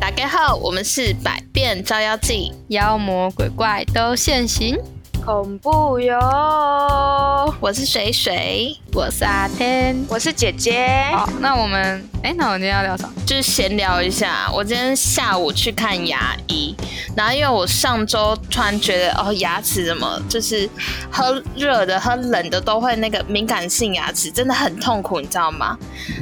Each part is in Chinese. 大家好，我们是百变照妖记，妖魔鬼怪都现形。恐怖哟！我是水水，我是阿天。我是姐姐，好，那我们哎，那我们今天要聊啥？就是闲聊一下。我今天下午去看牙医，然后因为我上周突然觉得哦，牙齿怎么就是喝热的、喝冷的都会那个敏感性牙齿，真的很痛苦，你知道吗？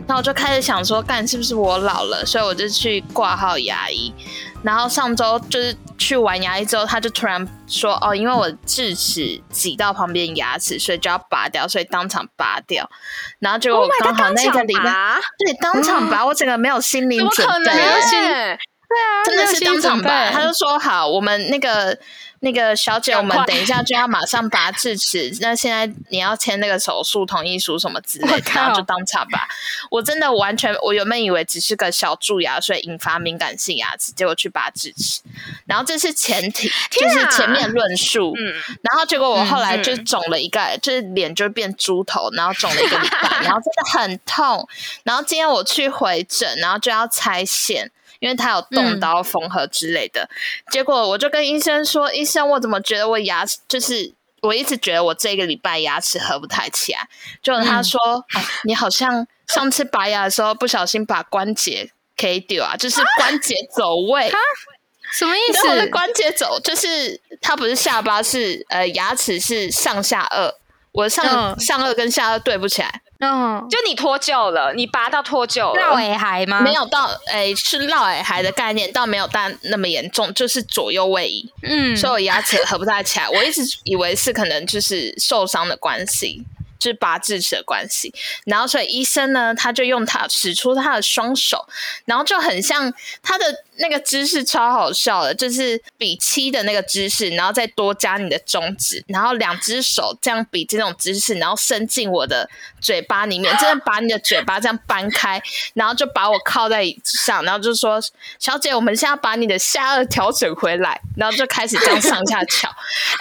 那我就开始想说，干是不是我老了？所以我就去挂号牙医。然后上周就是去完牙医之后，他就突然说：“哦，因为我智齿挤到旁边牙齿，所以就要拔掉，所以当场拔掉。”然后结 Oh Oh 果我刚好那个礼拜，啊，对，当场拔，我整个没有心理哦怎么准可备，能对啊真的是当场拔。他他就说：“好，我们那个那个小姐，我们等一下就要马上拔智齿，那现在你要签那个手术同意书什么之类的我，靠然后就当场拔。”我真的完全，我原本以为只是个小蛀牙，所以引发敏感性牙齿，结果去拔智齿。然后这是前提，就天啊是前面论述。嗯，然后结果我后来嗯就肿了一个，就是脸就变猪头，然后肿了一个礼 拜，然后真的很痛。然后今天我去回诊，然后就要拆线，因为它有动刀缝合之类的。结果我就跟医生说：“医生，我怎么觉得我牙齿就是……”我一直觉得我这个礼拜牙齿合不太起来，结果他说、哦你好像上次拔牙的时候不小心把关节 K 掉啊，就是关节走位。什么意然后我的思？关节走就是它不是下巴是呃牙齿是上下颚，我上、嗯上颚跟下颚对不起来，嗯，就你脱臼了，你拔到脱臼了，绕尾孩吗？没，有到哎、是绕耳孩的概念，倒没有到那么严重，就是左右位移，嗯，所以我牙齿合不太起来。我一直以为是可能就是受伤的关系。就是拔智齿的关系，然后所以医生呢，他就用他使出他的双手，然后就很像他的那个姿势超好笑的，就是比七的那个姿势，然后再多加你的中指，然后两只手这样比这种姿势，然后伸进我的嘴巴里面，真的把你的嘴巴这样搬开，然后就把我靠在椅子上，然后就说：“小姐，我们现在把你的下颚调整回来。”然后就开始这样上下翘，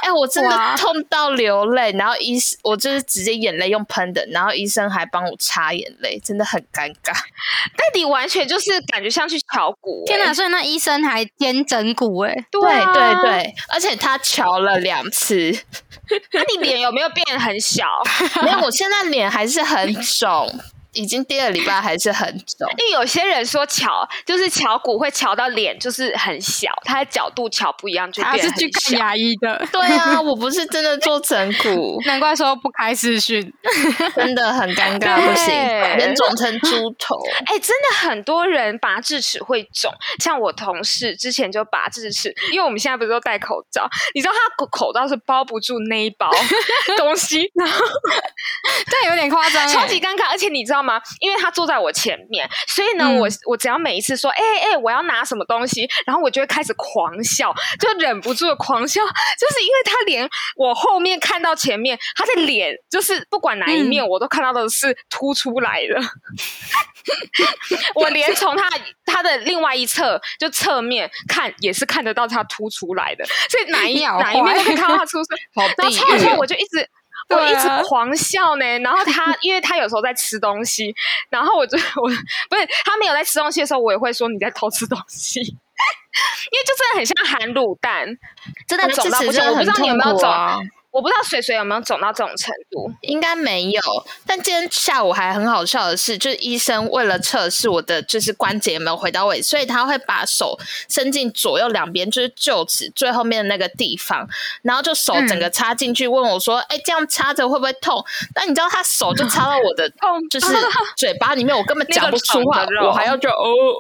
哎，我真的哇痛到流泪，然后医生我就是直接眼泪用喷的，然后医生还帮我擦眼泪，真的很尴尬。但你完全就是感觉像去敲鼓、天哪！哪，所以那医生还肩整骨哎，对对啊对，对，而且他瞧了两 次，那你脸有没有变很小？ 没有，我现在脸还是很肿，已经第二礼拜还是很肿。因为有些人说瞧，就是瞧骨会瞧到脸就是很小，它的角度瞧不一样就变他是很去看小。牙医的， 对啊，我不是真的做整骨，难怪说不开视讯。真的很尴尬，不行，对脸肿成猪头。哎、真的很多人拔智齿会肿，像我同事之前就拔智齿，因为我们现在不是都戴口罩，你知道他口口罩是包不住那一 包东西，然后这有点夸张欸，超级尴尬。而且你知道吗？因为他坐在我前面，所以呢，嗯我我只要每一次说，哎、哎、我要拿什么东西，然后我就会开始狂笑，就忍不住的狂笑，就是因为他连我后面看到前面，他的脸就是不管哪嗯一面，我都看到的是凸出来的。我连从他他的另外一侧，就侧面看也是看得到他凸出来的，所以哪一你好哪一面坏都可以看到他凸出来。好然后地吃完之后狱我哦，就一直。对我一直啊狂笑呢，然后他，因为他有时候在吃东西，然后我就我不是他没有在吃东西的时候，我也会说你在偷吃东西，因为就真的很像含卤蛋，真的那肿智到齿不行。真的我不很知道你有痛没有苦肿，啊。我不知道水水有没有肿到这种程度。应该没有。但今天下午还很好笑的是，就是医生为了测试我的就是关节有没有回到位，所以他会把手伸进左右两边，就是臼齿最后面的那个地方，然后就手嗯整个插进去，问我说：“哎、这样插着会不会痛？”但你知道他手就插到我 的痛就是嘴巴里面，我根本讲不出话 那个肿的，肉我还要就哦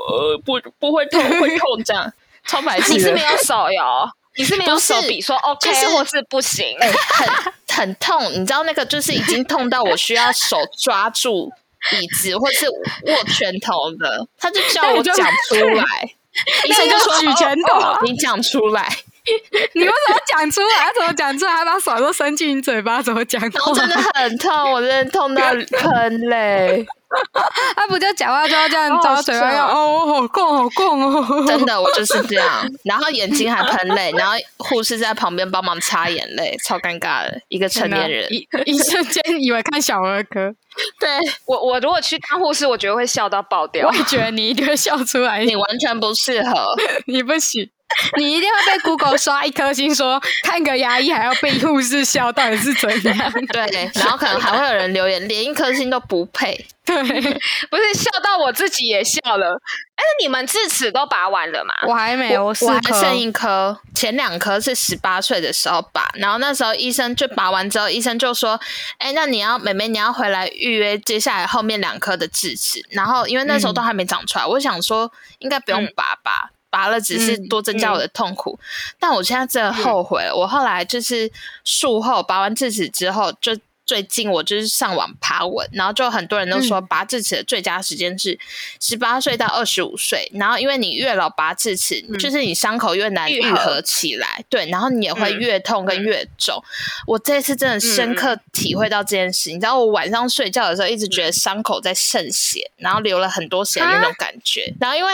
呃不不会痛会痛这样，超白痴的。啊你是没有手哟，你是没有不是手比说 OK 就是或是不行，哎、很很痛，你知道那个就是已经痛到我需要手抓住椅子或是握拳头的，他就叫我讲出来， 医生就说那你就举拳头哦哦你讲出来， 你为什么讲出来？他怎么讲出来？还把手都伸进你嘴巴，怎么讲然后话？哦真的很痛，我真的痛到喷泪， 他不就讲话就要这样好好张嘴巴笑要哦，好痛，好痛哦！真的我就是这样，然后眼睛还喷泪，然后护士在旁边 帮忙擦眼泪，超尴尬的一个成年人。一一瞬间以为看小儿科，对我我如果去当护士，我觉得会笑到爆掉我。也觉得你一定会笑出来，你完全不适合。你不行，你一定会被 Google 刷一颗星说，看个牙医还要被护士笑，到底是怎样？对，然后可能还会有人留言，连一颗星都不配。对不是笑到我自己也笑了。哎，那你们智齿都拔完了吗？我还没，我我还颗剩一颗，前两颗是十八岁的时候拔，然后那时候医生就拔完之后，医生就说：“哎、那你要妹妹，你要回来预约接下来后面两颗的智齿。”然后因为那时嗯候都还没长出来，我想说应该不用拔吧，拔了只嗯是多增加我的痛苦。但我现在真的后悔了，我后来就是术后拔完智齿之后就。最近我就是上网爬文，然后就很多人都嗯说拔智齿的最佳时间是十八岁到二十五岁，然后因为你越老拔智齿，就是你伤口越难嗯愈愈合合起来，对，然后你也会嗯越痛跟越肿。我这次真的深刻体会到这件事，你知道我晚上睡觉的时候一直嗯觉得伤口在渗血，然后流了很多血的那啊种感觉，然后因为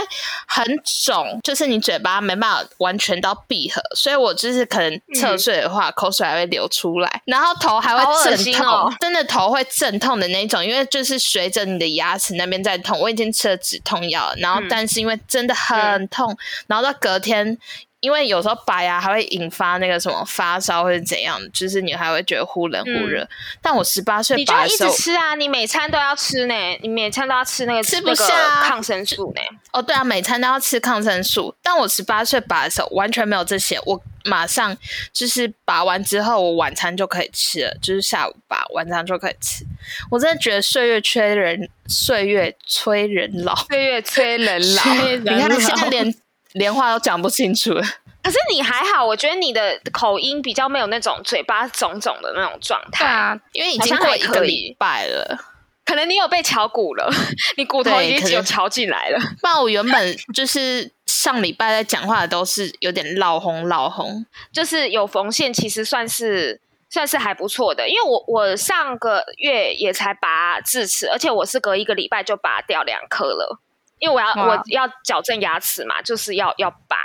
很肿，就是你嘴巴没办法完全到闭合，所以我就是可能侧嗯睡的话，口水还会流出来，然后头还好恶会阵心痛，哦真的头会阵痛的那种，因为就是随着你的牙齿那边在痛。我已经吃了止痛药了，然后嗯但是因为真的很痛，然后到隔天。因为有时候拔牙还会引发那个什么发烧或者怎样，就是你还会觉得忽冷忽热。但我十八岁嗯你就要拔一的时直候，吃啊，你每餐都要吃呢，你每餐都要吃那个吃不下啊那个抗生素呢。哦，对啊，每餐都要吃抗生素。但我十八岁拔的时候完全没有这些，我马上就是拔完之后，我晚餐就可以吃了，就是下午拔，晚餐就可以吃。我真的觉得岁月催人，岁月催人老。岁月催人老， 你看现在连连话都讲不清楚了，可是你还好，我觉得你的口音比较没有那种嘴巴肿肿的那种状态。对啊，因为已好经像过还一可个以礼拜了。可能你有被敲骨了， 你骨头对已可经能有敲进来了。不然我原本就是上礼拜在讲话的都是有点老红老红，就是有缝线，其实算是算是还不错的。因为我我上个月也才拔智齿，而且我是隔一个礼拜就拔掉两颗了。因为我要哇我要矫正牙齿嘛，就是要要拔，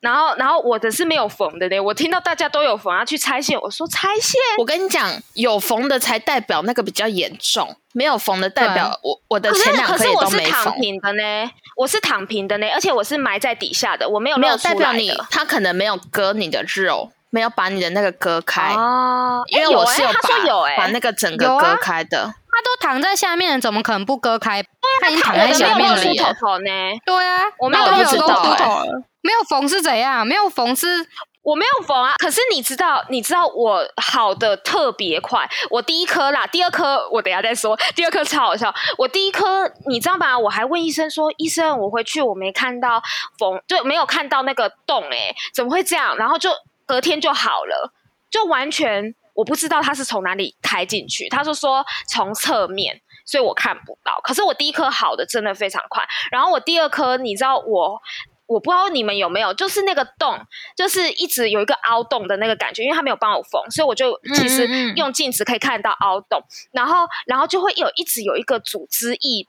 然后然后我的是没有缝的嘞，我听到大家都有缝，要去拆线，我说拆线，我跟你讲，有缝的才代表那个比较严重，没有缝的代表我我的可是前两可颗是也我都是没躺缝，平的呢，我是躺平的呢，而且我是埋在底下的，我没有没有露出代表来你的他可能没有割你的肉，没有把你的那个割开，哦，因为哎有我是哎把、他说有哎、把那个整个有啊割开的，他都躺在下面了，怎么可能不割开？他已经躺啊我在下的没有面露了出耶耶。头头呢，对啊，我没有那都露有出露头出欸头了，没有缝是怎样？没有缝是我没有缝啊，可是你知道，你知道我好的特别快。我第一颗啦，第二颗我等一下再说。第二颗超好笑，我第一颗你知道吗？我还问医生说，医生我回去我没看到缝，就没有看到那个洞、欸，怎么会这样？然后就隔天就好了，就完全我不知道他是从哪里开进去。他就说从侧面，所以我看不到。可是我第一颗好的真的非常快，然后我第二颗你知道我。我不知道你们有没有，就是那个洞，就是一直有一个凹洞的那个感觉，因为他没有帮我缝，所以我就其实嗯嗯用镜子可以看得到凹洞，然后然后就会有一直有一个组织液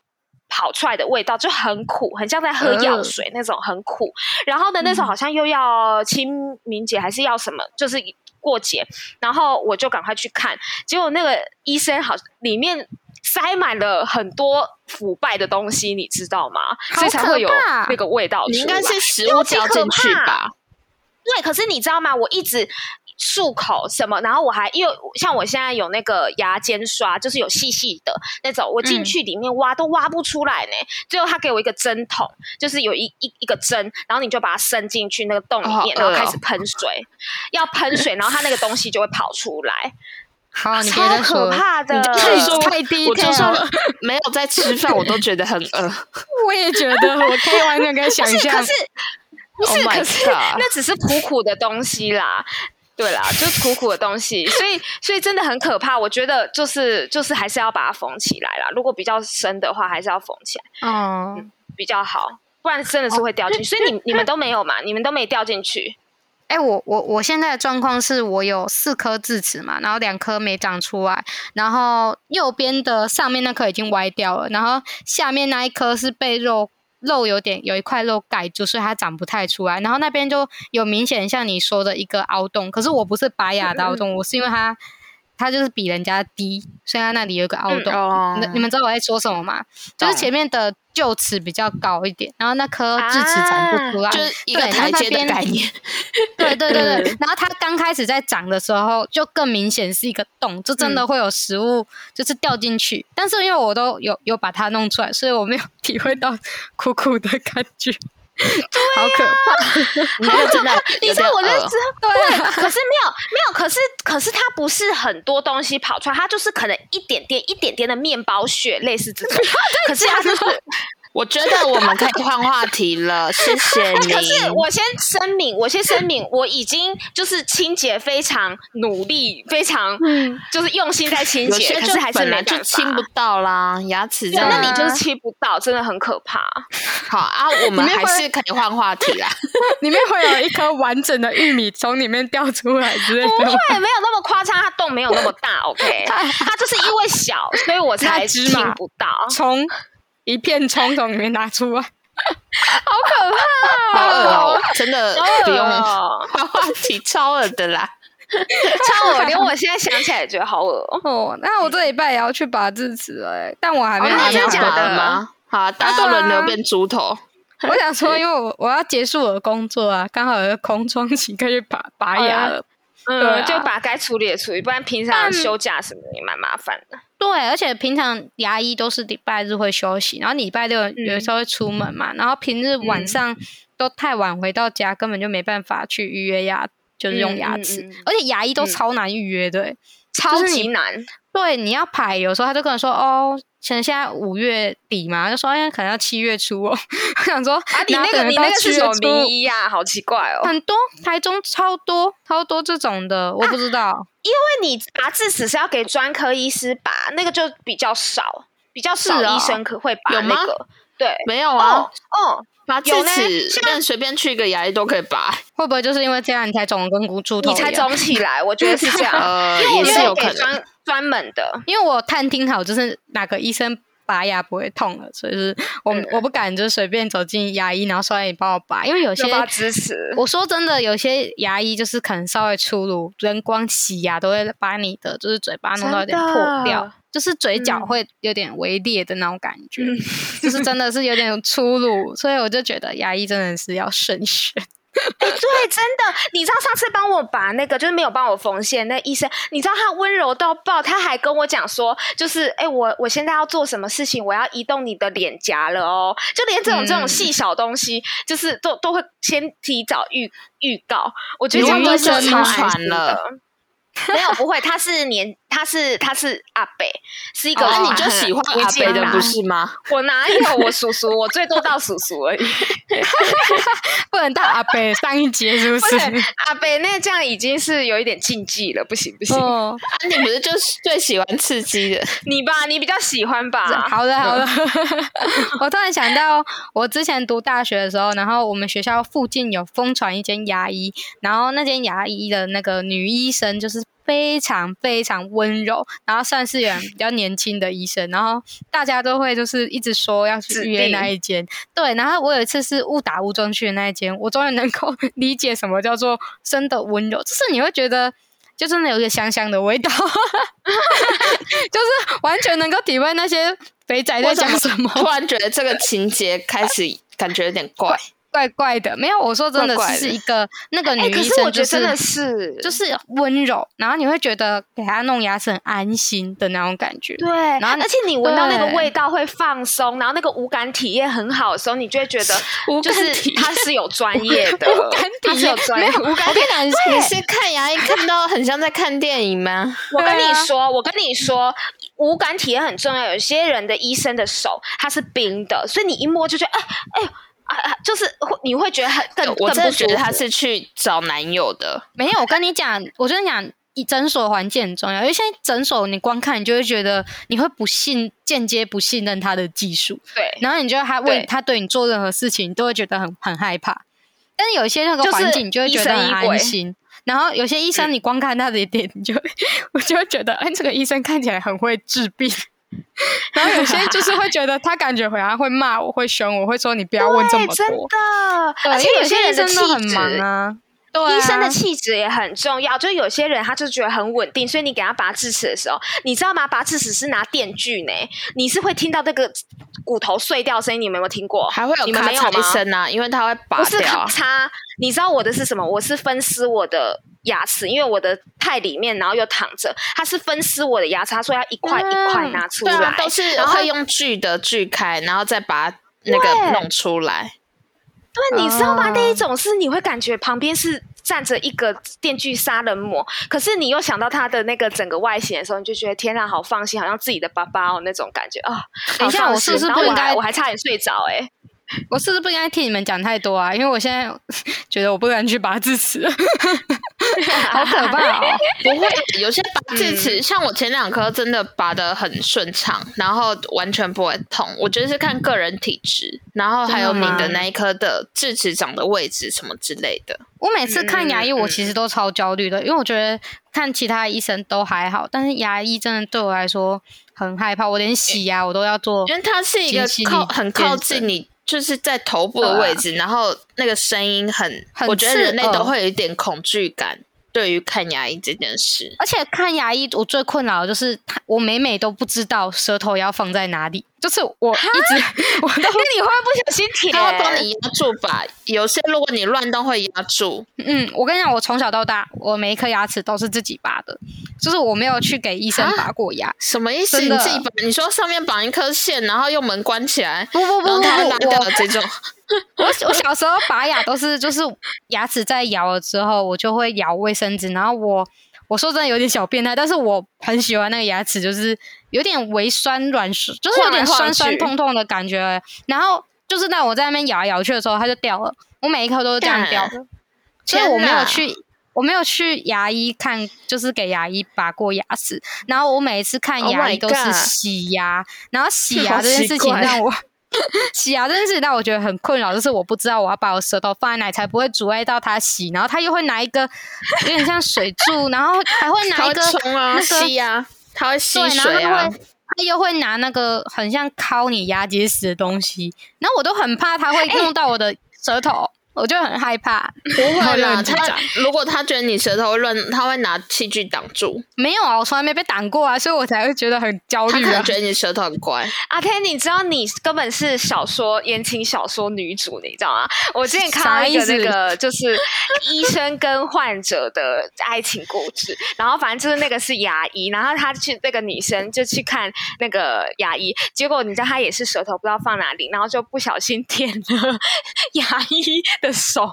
跑出来的味道，就很苦，很像在嗯喝药水、那种很苦。然后呢，那时候好像又要清明节还是要什么，就是过节，然后我就赶快去看，结果那个医生好里面。塞满了很多腐败的东西，你知道吗？好所以才会有可怕那个味道出来。你应该是食物超嚼级进可去怕吧？对，可是你知道吗？我一直漱口什么，然后我还因为像我现在有那个牙尖刷，就是有细细的那种，我进嗯去里面挖、都挖不出来呢。最后他给我一个针筒，就是有一一一个针，然后你就把它伸进去那个洞哦里面，好饿然后开哦始喷水，要喷水，然后它那个东西就会跑出来，好，你别超再可说了。怕的。你就是说太低我就调算了， 没有在吃饭，我都觉得很饿。我也觉得，我可以完全可以想不是，象可。是 不是 Oh my 可是 God 那只是苦苦的东西啦。对啦，就是苦苦的东西，所以所以真的很可怕。我觉得就是就是还是要把它缝起来啦。如果比较深的话，还是要缝起来哦，比较好，不然真的是会掉进去。所以你你们都没有嘛？你们都没掉进去？哎、我我我现在的状况是我有四颗智齿嘛，然后两颗没长出来，然后右边的上面那颗已经歪掉了，然后下面那一颗是被肉肉有点有一块肉盖住，所以它长不太出来。然后那嗯边就有明显像你说的一个凹洞，可是我不是拔牙的凹洞，我是因为它他就是比人家低，所以他那里有一个嗯凹洞。哦那你们知道我在说什么吗？就是前面的臼齿比较高一点，然后那颗智齿长不出来，啊就是一个对台阶的概。 念。然 后那边对对嗯对对，然后它刚开始在长的时候，就更明显是一个洞，就真的会有食物就是掉进去。但是因为我都有有把它弄出来，所以我没有体会到苦苦的感觉，好可怕。你这个真的你有知点道我认恶知，呃对，啊 可是没有没有，可是可是它不是很多东西跑出来，它就是可能一点点一点点的面包屑，类似 这种。可是它就是，我觉得我们可以换话题了，谢谢哎你。 可是我先声明，我先声明，我已经就是清洁非常努力，非常就是用心在清有洁，些可就是还是本没来办就法。亲不到啦，牙齿对真那的你啊就是亲不到，真的很可怕。好啊，我们里面还会是可以换话题啦。里面会有一颗完整的玉米从里面掉出来之类不的吗。会，没有那么夸张，它洞没有那么大，OK，它就是因为小，所以我才它听芝麻不到。葱，一片葱从里面拿出来。好恶哦，真的不用哦，换话题，超恶的啦。超恶，连我现在想起来也觉得好恶哦。哦，那我这礼拜也要去拔智齿了、欸，但我还没哦有那拔你真要的假的拔了吗？好啊，大家都轮流变猪头。我想说，因为我我要结束我的工作啊，刚好有个空窗期可以去拔拔牙了。对啊嗯，就把该处理的处理，不然平常休假什么的也蛮麻烦的。对，而且平常牙医都是礼拜日会休息，然后礼拜嗯六有时候会出门嘛，然后平日晚上都太晚回到家，根本就没办法去预约牙，就是用牙齿，嗯嗯嗯而且牙医都嗯超难预约的、欸超就是级你难，对，你要排，有时候他就跟我说，哦，可能现在五月底嘛，就说哎，可能要七月初哦。 我想说，啊，你哪那可个能你到那个七是月什么初名医呀？好奇怪哦！很多台中超多超多这种的，啊我不知道。因为你拔智齿是要给专科医师拔，那个就比较少，比较少是哦医生可会拔有吗那个。对，没有啊哦，哦，拔智有呢齿，像但随便去一个牙医都可以拔。会不会就是因为这样你才肿得跟骨猪头你一样？才肿起来，我觉得是这样。啊 呃，因为也我是没有有可给能。专专门的，因为我探听好，就是哪个医生拔牙不会痛了，所以是我、嗯我不敢就随便走进牙医，然后说哎你帮我拔，因为有些就发支持。我说真的，有些牙医就是可能稍微粗鲁，人光洗牙都会把你的就是嘴巴弄到有点真的破掉，就是嘴角嗯会有点微裂的那种感觉，嗯就是真的是有点粗鲁，所以我就觉得牙医真的是要慎选。 哎，对，真的，你知道上次帮我拔那个，就是没有帮我缝线那医生，你知道他温柔到爆，他还跟我讲说，就是哎，我我现在要做什么事情，我要移动你的脸颊了哦，就连这种、这种嗯细小东西，就是都都会先提早预预告。我觉得你这样问真医的生超吗安传心了的。没有，不会，他是年，他是他是阿北，是一个啊那、哦很、你就喜欢很阿北的很不是吗？我哪有我叔叔？我最多到叔叔而已。 不能到阿北上一节是不不是？是 阿北，那这样已经是有一点禁忌了，不行不行。哦，啊，你不是就是最喜欢刺激的？ 你吧，你比较喜欢吧？好了好了，我突然想到， 我之前读大学的时候，然后我们学校附近有疯传一间牙医，然后那间牙医的那个女医生就是非常非常温柔，然后算是有点比较年轻的医生，然后大家都会就是一直说要去指预约定那一间，对，然后我有一次是误打误撞去的那一间，我终于能够 理解什么叫做真的温柔，就是你会觉得。就真的有一个香香的味道， 就是完全能够体会那些肥仔在我怎讲么什么。突然觉得这个情节开始感觉有点怪。怪怪的。没有，我说真的，怪怪的是一个那个哎，女可医是我生觉就得真的是是，就是温柔，然后你会觉得给她弄牙齿很安心的那种感觉。对，然后而且你闻到那个对味道会放松，然后那个无感体验很好的时候，你就会觉 无得就感是体他是有专业的，无感他体是有验专没业有，。我跟你讲，你你是是看牙医看到很像在看电影吗？我跟对你啊说，我跟你说，无感体验很重要。有些人的医生的手它是冰的，所以你一摸就觉得，哎哎呦啊啊，就是会你会觉得很更我更真不的觉舒得他服。是去找男友的。没有，我跟你讲，我跟你讲，以诊所环境很重要，因为现在诊所你光看，你就会觉得你会不信，间接不信任他的技术，对，然后你就他为对他对你做任何事情，你都会觉得很很害怕。但是有一些那个就是环境，你就会觉得疑很神疑鬼嗯安心。然后有些医生，你光看他的脸，你就会 我就会觉得，哎，这个医生看起来很会治病。然后有些就是会觉得他感觉好像会骂我，会凶我，会说你不要问这么哎真多。的，对而且因为有些医人的生气都很忙质，啊。对啊医生的气质也很重要，就是有些人他就觉得很稳定，所以你给他拔智齿的时候，你知道吗？拔智齿是拿电锯呢，你是会听到那个骨头碎掉的声音，你们有没有听过？还会有你们咔没有吗？嚓一声啊，因为它会拔不是掉咔啊。嚓，你知道我的是什么？我是分撕我的牙齿，因为我的太里面，然后又躺着，它是分撕我的牙齿，他说要一块一块拿出对来，啊，都是然后会用锯的锯开，然后再把那个对弄出来。对，你知道啊吗？哦那一种是你会感觉旁边是站着一个电锯杀人魔，可是你又想到他的那个整个外形的时候，你就觉得天啊，好放心，好像自己的爸爸哦那种感觉啊。等一下好放我是不是心然后不我应该还我还差点睡着 哎、 我是不是不应该替你们讲太多啊？因为我现在 觉得我不敢去拔智齿了， 好可怕哦！不会，嗯有些拔智齿，像我前两颗真的拔得很顺畅，然后完全不会痛。我觉得是看个人体质，然后还有真你的吗的那一颗的智齿长的位置什么之类的。我每次看牙医，嗯嗯我其实都超焦虑的，因为我觉得看其他医生都还好，但是牙医真的对我来说很害怕，我连洗牙我都要做因。为它是一个机器靠很靠变近你，就是在头部的位置，然后那个声音很，啊很我觉得刺嗯人类都耳会有一点恐惧感，对于看牙医这件事。而且看牙医，我最困扰的就是他，我每每都不知道舌头要放在哪里，就是我一直我都那你会不会不小心舔？它会帮你压住吧，有些如果你乱动会压住，嗯，我跟你讲，我从小到大，我每一颗牙齿都是自己拔的，就是我没有去给医生拔过牙。什么意思？真你的自己把你说上面绑一颗线，然后用门关起来，不不不然后不它拉不，掉我了这种，我我小时候拔牙都是就是牙齿在咬了之后，我就会咬卫生纸，然后我我说真的有点小变态，但是我很喜欢那个牙齿，就是有点微酸软，就是有点酸酸痛痛的感觉。然后就是在我在那边咬来咬去的时候，它就掉了，我每一颗都是这样掉的，所以我没天有哪去。我没有去牙医看，就是给牙医拔过牙齿，然后我每一次看 Oh 牙 my 医都是 God 洗牙然后洗牙好这件事奇情怪让我 洗牙这件事情让我觉得很困扰，就是我不知道我要把我舌头放在哪里才不会阻碍到它洗，然后它又会拿一个有点像水柱，然后还会它拿一会 个冲啊、那个吸啊，它会吸对，然后水它啊会。它又会拿那个很像敲你牙结石的东西，然后我都很怕它会弄到我的舌头，我就很害怕。哎不会啦，很紧它张如果它觉得你舌头会乱，它会拿器具挡住，没有啊，我从来没被挡过啊，所以我才会觉得很焦它可虑能啊。觉得你舌头很乖。阿天，你知道你根本是小说言情小说女主，你知道吗？我之前看到啥一个意思那个就是医生跟患者的爱情故事，然后反正就是那个是牙医，然后他去那个女生就去看那个牙医，结果你知道她也是舌头不知道放哪里，然后就不小心舔了 牙医的手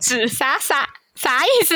指，啥啥啥意 思？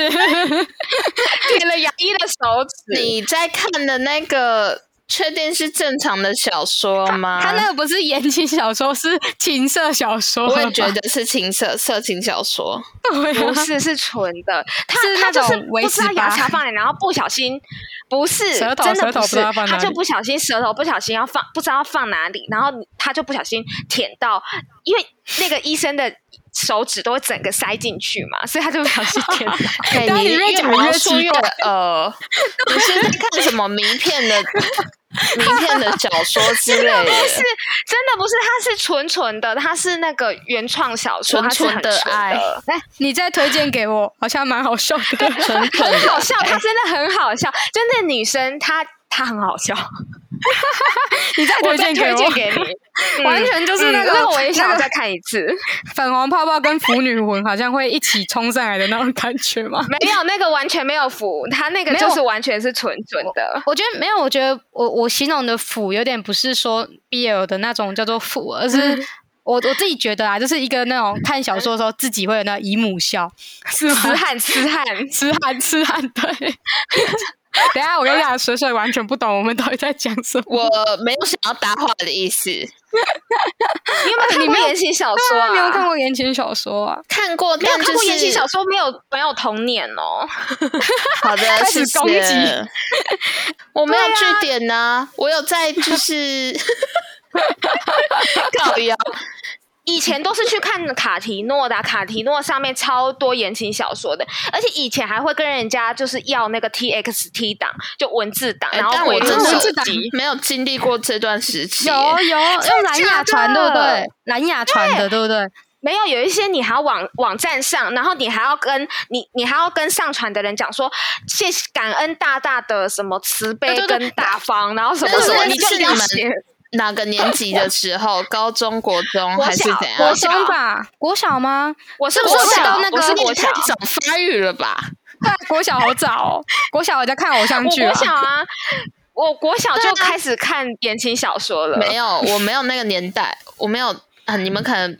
舔了牙医的手指。你在看的那个，确定是正常的小说吗？他那个不是言情小说，是情色小说。我也觉得是情色色情小 说， 不是，是纯的， 他是他那就是种不维知道持牙吧刷放哪，然后不小心，不是舌头真的舌头不不知是道放，哪他就里不小心舌头不小心要放，不知道放哪里，然后他就不小心舔到，因为那个医生的手指都会整个塞进去嘛，所以他就不小心舔到。哎当你啊你越越讲描越述奇越怪 呃，你是在看什么名片的名片的小说之类的？ 是真的不是，他是纯纯的，他是那个原创小说，纯他是纯很的爱的哎，你再推荐给我，好像蛮好笑的。纯纯很好的，笑，他真的很好笑，真的女生她她很好笑， 你再我推再荐推给荐我，给 你。嗯完全就是那嗯个那我也想要那个再看一次。粉红泡泡跟腐女魂好像会一起冲上来的那种感觉吗？没有那个完全没有腐，他那个没有就是完全是纯纯的。我觉得没有，我觉得我我形容的腐有点不是说 BL 的那种叫做腐，而是我我自己觉得啊，就是一个那种看小说的时候自己会有那姨母笑，是吗？痴 汉，痴汉，痴汉，痴汉，对。等一下，我跟你讲，水水完全不懂我们到底在讲什么。我没有想要搭话的意思。你有没有看过言情小说、对啊，你有没有看啊？过言情小说啊？看过，没有但看就过言情是小说，没有没有童年哦。好的， 开谢始谢攻击。 我没有啊据点呢、我有在就是 搞谣。以前都是去看卡提诺的啊、卡提诺上面超多言情小说的，而且以前还会跟人家就是要那个 TXT 档，就文字档，哎然后但回我用真的手是机。没有经历过这段时期耶。 有有用蓝啊假雅的传对不对？蓝雅传的对不对？没有，有一些你还要网网站上，然后你还要跟你你还要跟上传的人讲说，谢谢感恩大大的什么慈悲对对对跟大方，然后什么但什是么，你就是一定要你们写。哪个年级的时候？高中、国中国还是小怎样国国？中小吧，国小吗？我是这不国是小，到那个我是你也国小太，早发育了吧？对，国小好早哦，国小我在看偶像我剧、国啊，小 啊，我国小对就啊开始看言情小说了。没有，我没有那个年代，我没有啊。你们可能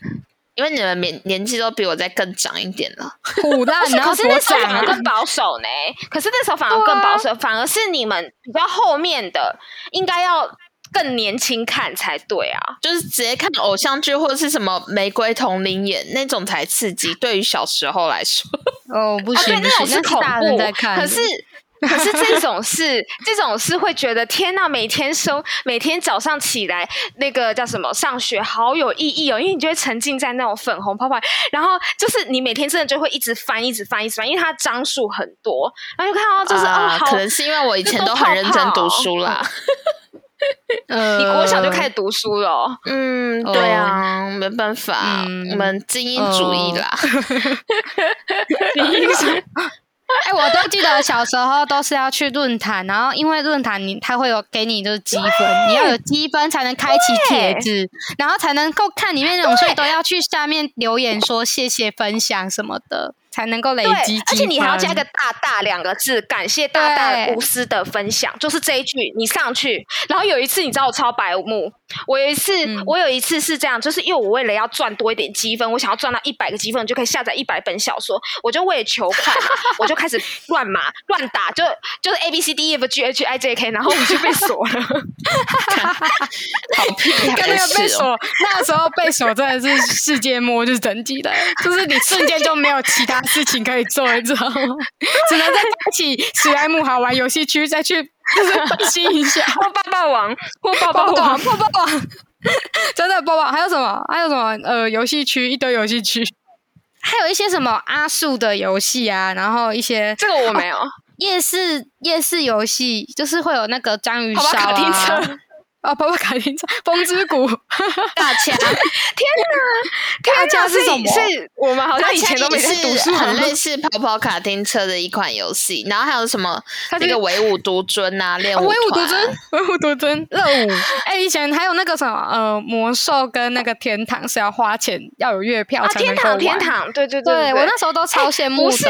因为你们年年纪都比我再更长一点了。 虎烂，然后可是多那时候长反而啊？更保守呢。可是那时候反而更保守，反而是你们比较后面的，应该要更年轻看才对啊。就是直接看偶像剧或者是什么玫瑰同林演那种才刺激，对于小时候来说，哦，不啊，对，行，不那种行，那恐是大人怖，在看的， 可是。可是这种是这种是会觉得天呐，每天收每天早上起来那个叫什么上学好有意义哦，因为你就会沉浸在那种粉红泡泡，然后就是你每天真的就会一直翻一直翻一直翻，因为它章数很多，然后就看到就是啊啊、好可能是因为我以这前都都很泡认真读泡书啦。呃，你国小就开始读书了哦、嗯，哦对啊，没办法，嗯哦我们精英主义啦。哎、我都记 得小时候都是要去论坛，然后因为论坛你它会有给你就是积分，你要有积分才能开启帖子，然后才能够看里面内容，所以都要去下面留言说谢谢分享什么的，才能够累对积积分。，而且你还要加一个“大大”两个字，感谢大大对无私的分享，就是这一句你上去。然后有一次，你知道我超白目，我有一次，嗯我有一次是这样，就是因为我为了要赚多一点积分，我想要赚到一百个积分，我就可以下载一百本小说，我就为了求快嘛，我就开始乱码乱打，就就是 A B C D E F G H I J K，然后我就被锁了。好屁 孩跟的那个被事哦，锁，那时候被锁真的是世界末日等级的， 就是你瞬间就没有其他事情可以做，你知道吗？只能在一起史莱姆好玩游戏区再去就是分析一下。 或抱抱王，或抱抱抱抱王网，，抱抱 网，真的抱抱。还有什么？还有什么？呃，游戏区一堆游戏区，还有一些什么阿树的游戏啊，然后一些这个我没有。夜市夜市游戏，就是会有那个章鱼跑烧跑卡丁啊。 车哦，跑跑卡丁车，风之谷，大家天大家哪，是什么是是我们好像以前都没在读书，很类似跑跑卡丁车的一款游戏，然后还有什么它是那个唯舞独尊啊，练啊舞唯舞独团尊，唯舞独尊，热舞。哎，以前还有那个什么，呃，魔兽跟那个天堂是要花钱，要有月票啊，才能天够堂，天玩。堂，对对对哎对哎我那时候都超羡慕不的。是，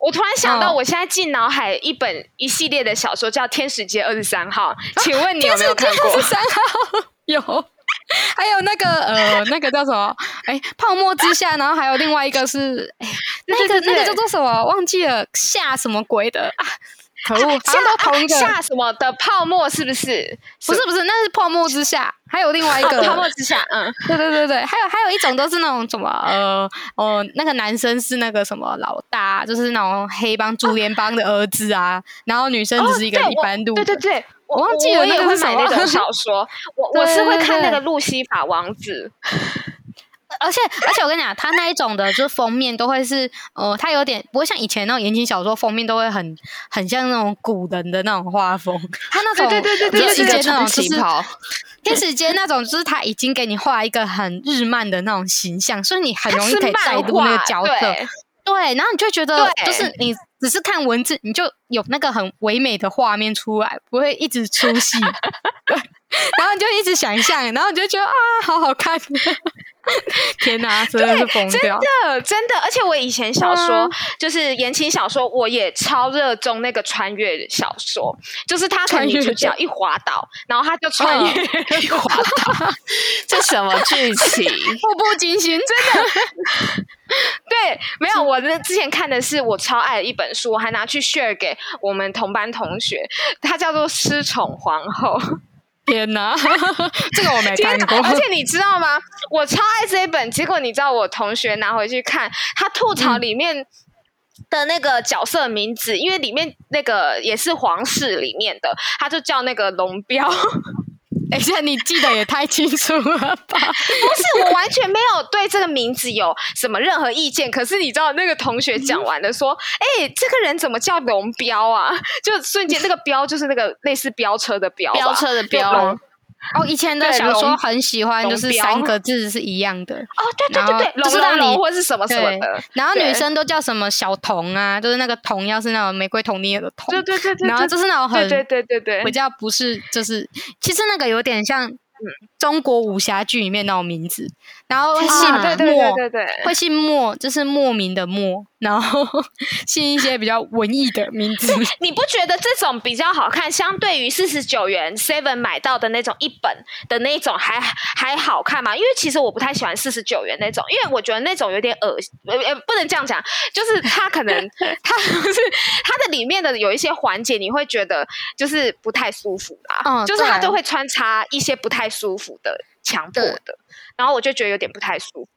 我突然想到，嗯我现在进脑海一本一系列的小说叫《天使街二十三啊号》，请问你有没有看过？三号有，还有那个呃，那个叫什么？哎，泡沫之夏，然后还有另外一个是，哎，那对个对那个对叫做什么？忘记了，夏什么鬼的啊？可恶，好像都同一个，下什么的泡沫是不是？不是不是，那是泡沫之夏，还有另外一个泡沫之下，嗯，对对对对，还有还有一种都是那种什么呃哦、那个男生是那个什么老大，就是那种黑帮竹联帮的儿子啊，然后女生只是一个哦对一我般路对人，对对，我忘记了我那也个会是买什么那 种小说，我我对是会对看那对个《路西法王子而且而且我跟你讲，他那一种的，就是封面都会是，呃，他有点不会像以前那种言情小说封面都会很很像那种古人的那种画风，他那种对对对对你对就天一使个间那穿种就旗是袍，天使间那种，就是他已经给你画一个很日漫的那种形象，所以你》，很它容易是可以带漫入那画个，角色，对，对，然后你就觉得对就是你只是看文字，你就有那个很唯美的画面出来，不会一直出 戏。然后你就一直想象，然后你就觉得啊，好好看！ 天哪，真的是疯真掉！的真的，而且我以前小说、嗯就是言情小说，我也超热衷那个穿越小说，就是他可穿能越嗯女主角一滑倒，然后他就穿越，滑倒，这什么剧 情？步步惊心，真的。 对，没有，我那之前看的是我超爱的一本书，我还拿去 share 给我们同班同学，它叫做《失宠皇后》。天哪，这个我没天看哪过。而且你知道吗？我超爱这一本，结果你知道我同学拿回去看，他吐嗯槽里面的那个角色名字，因为里面那个也是皇室里面的，他就叫那个龙标。 不等一下，你记得也太清楚了吧？是，我完全没有对这个名字有什么任何意见。可是你知道那个同学讲完了说：“哎、这个人怎么叫龙标啊？”就瞬间那个标就是那个类似飙车的标吧，飙车的就飙龙。哦，以前的对小说龙很喜欢，就是龙标三个字是一 样的，哦，对对对对，然后就是龙让龙龙你或是什么什么对的，然后女对生都叫什么小童啊，就是那个童，要是那种玫瑰童年的童对，对对对，然后对就是那种对对很对对对比，较不是，就是其实那个有点像中国武侠剧里面那种名字，然后其实姓啊嗯啊，对对莫，对对对。会姓莫，就是莫名的莫，然后 姓一些比较文艺的名 字。你不觉得这种比较好看？相对于四十九元 Seven 买到的那种一本的那种还还好看吗？因为其实我不太喜欢四十九元那种，因为我觉得那种有点恶心，呃呃，不能这样讲，就是它 可能它不是它的里面的有一些环节，你会觉得就是不太舒服啦，嗯就是它对就会穿插一些不太舒服的强迫对的，然后我就觉得有点不太舒服，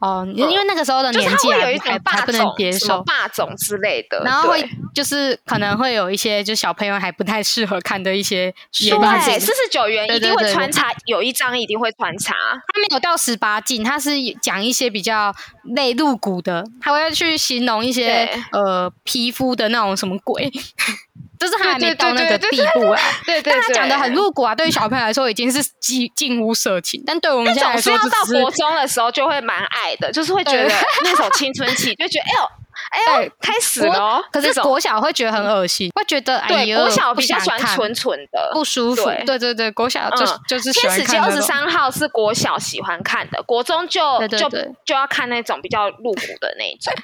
哦，因为那个时候的就是年它纪会有还一不还种霸还不能接总、什么受，霸总之类的，然后对会就是可能会有一些就小朋友还不太适合看的一些言对，情四十九元对一定对会对穿插，有一张一定会穿插。他没有到十八禁，他是讲一些比较类露骨的，他会去形容一些对呃皮肤的那种什么鬼， 就是他还对没对到那对个对地对步啦。对对但他对，讲的很露骨啊，对于小朋友来说已经是近近乎色情，但对我们那现在来种是说要到只是国中的时候就会蛮爱的，就是会觉得对那种青春期就觉得 哎呦哎呦对开始了哦，可这是种国小会觉得很恶心，会觉得哎对呀，国小不比较想喜欢看纯纯的。不舒服对，对对对，国小就是嗯就是喜天欢使街看二那十种。三号是国小喜欢看的，国中就对对就对就要看那种比较露骨的那一 种。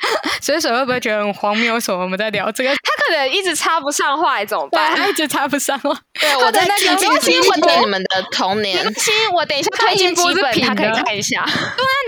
所以水会不会觉得很荒谬？为什么我们在聊这 个？他可能一直插不上话，怎么办？他一直插不上话。对，他我的在那静个静我听记得听你们的童没年关。系，我等一下他推已荐经几不是本，品他可以的看 一下。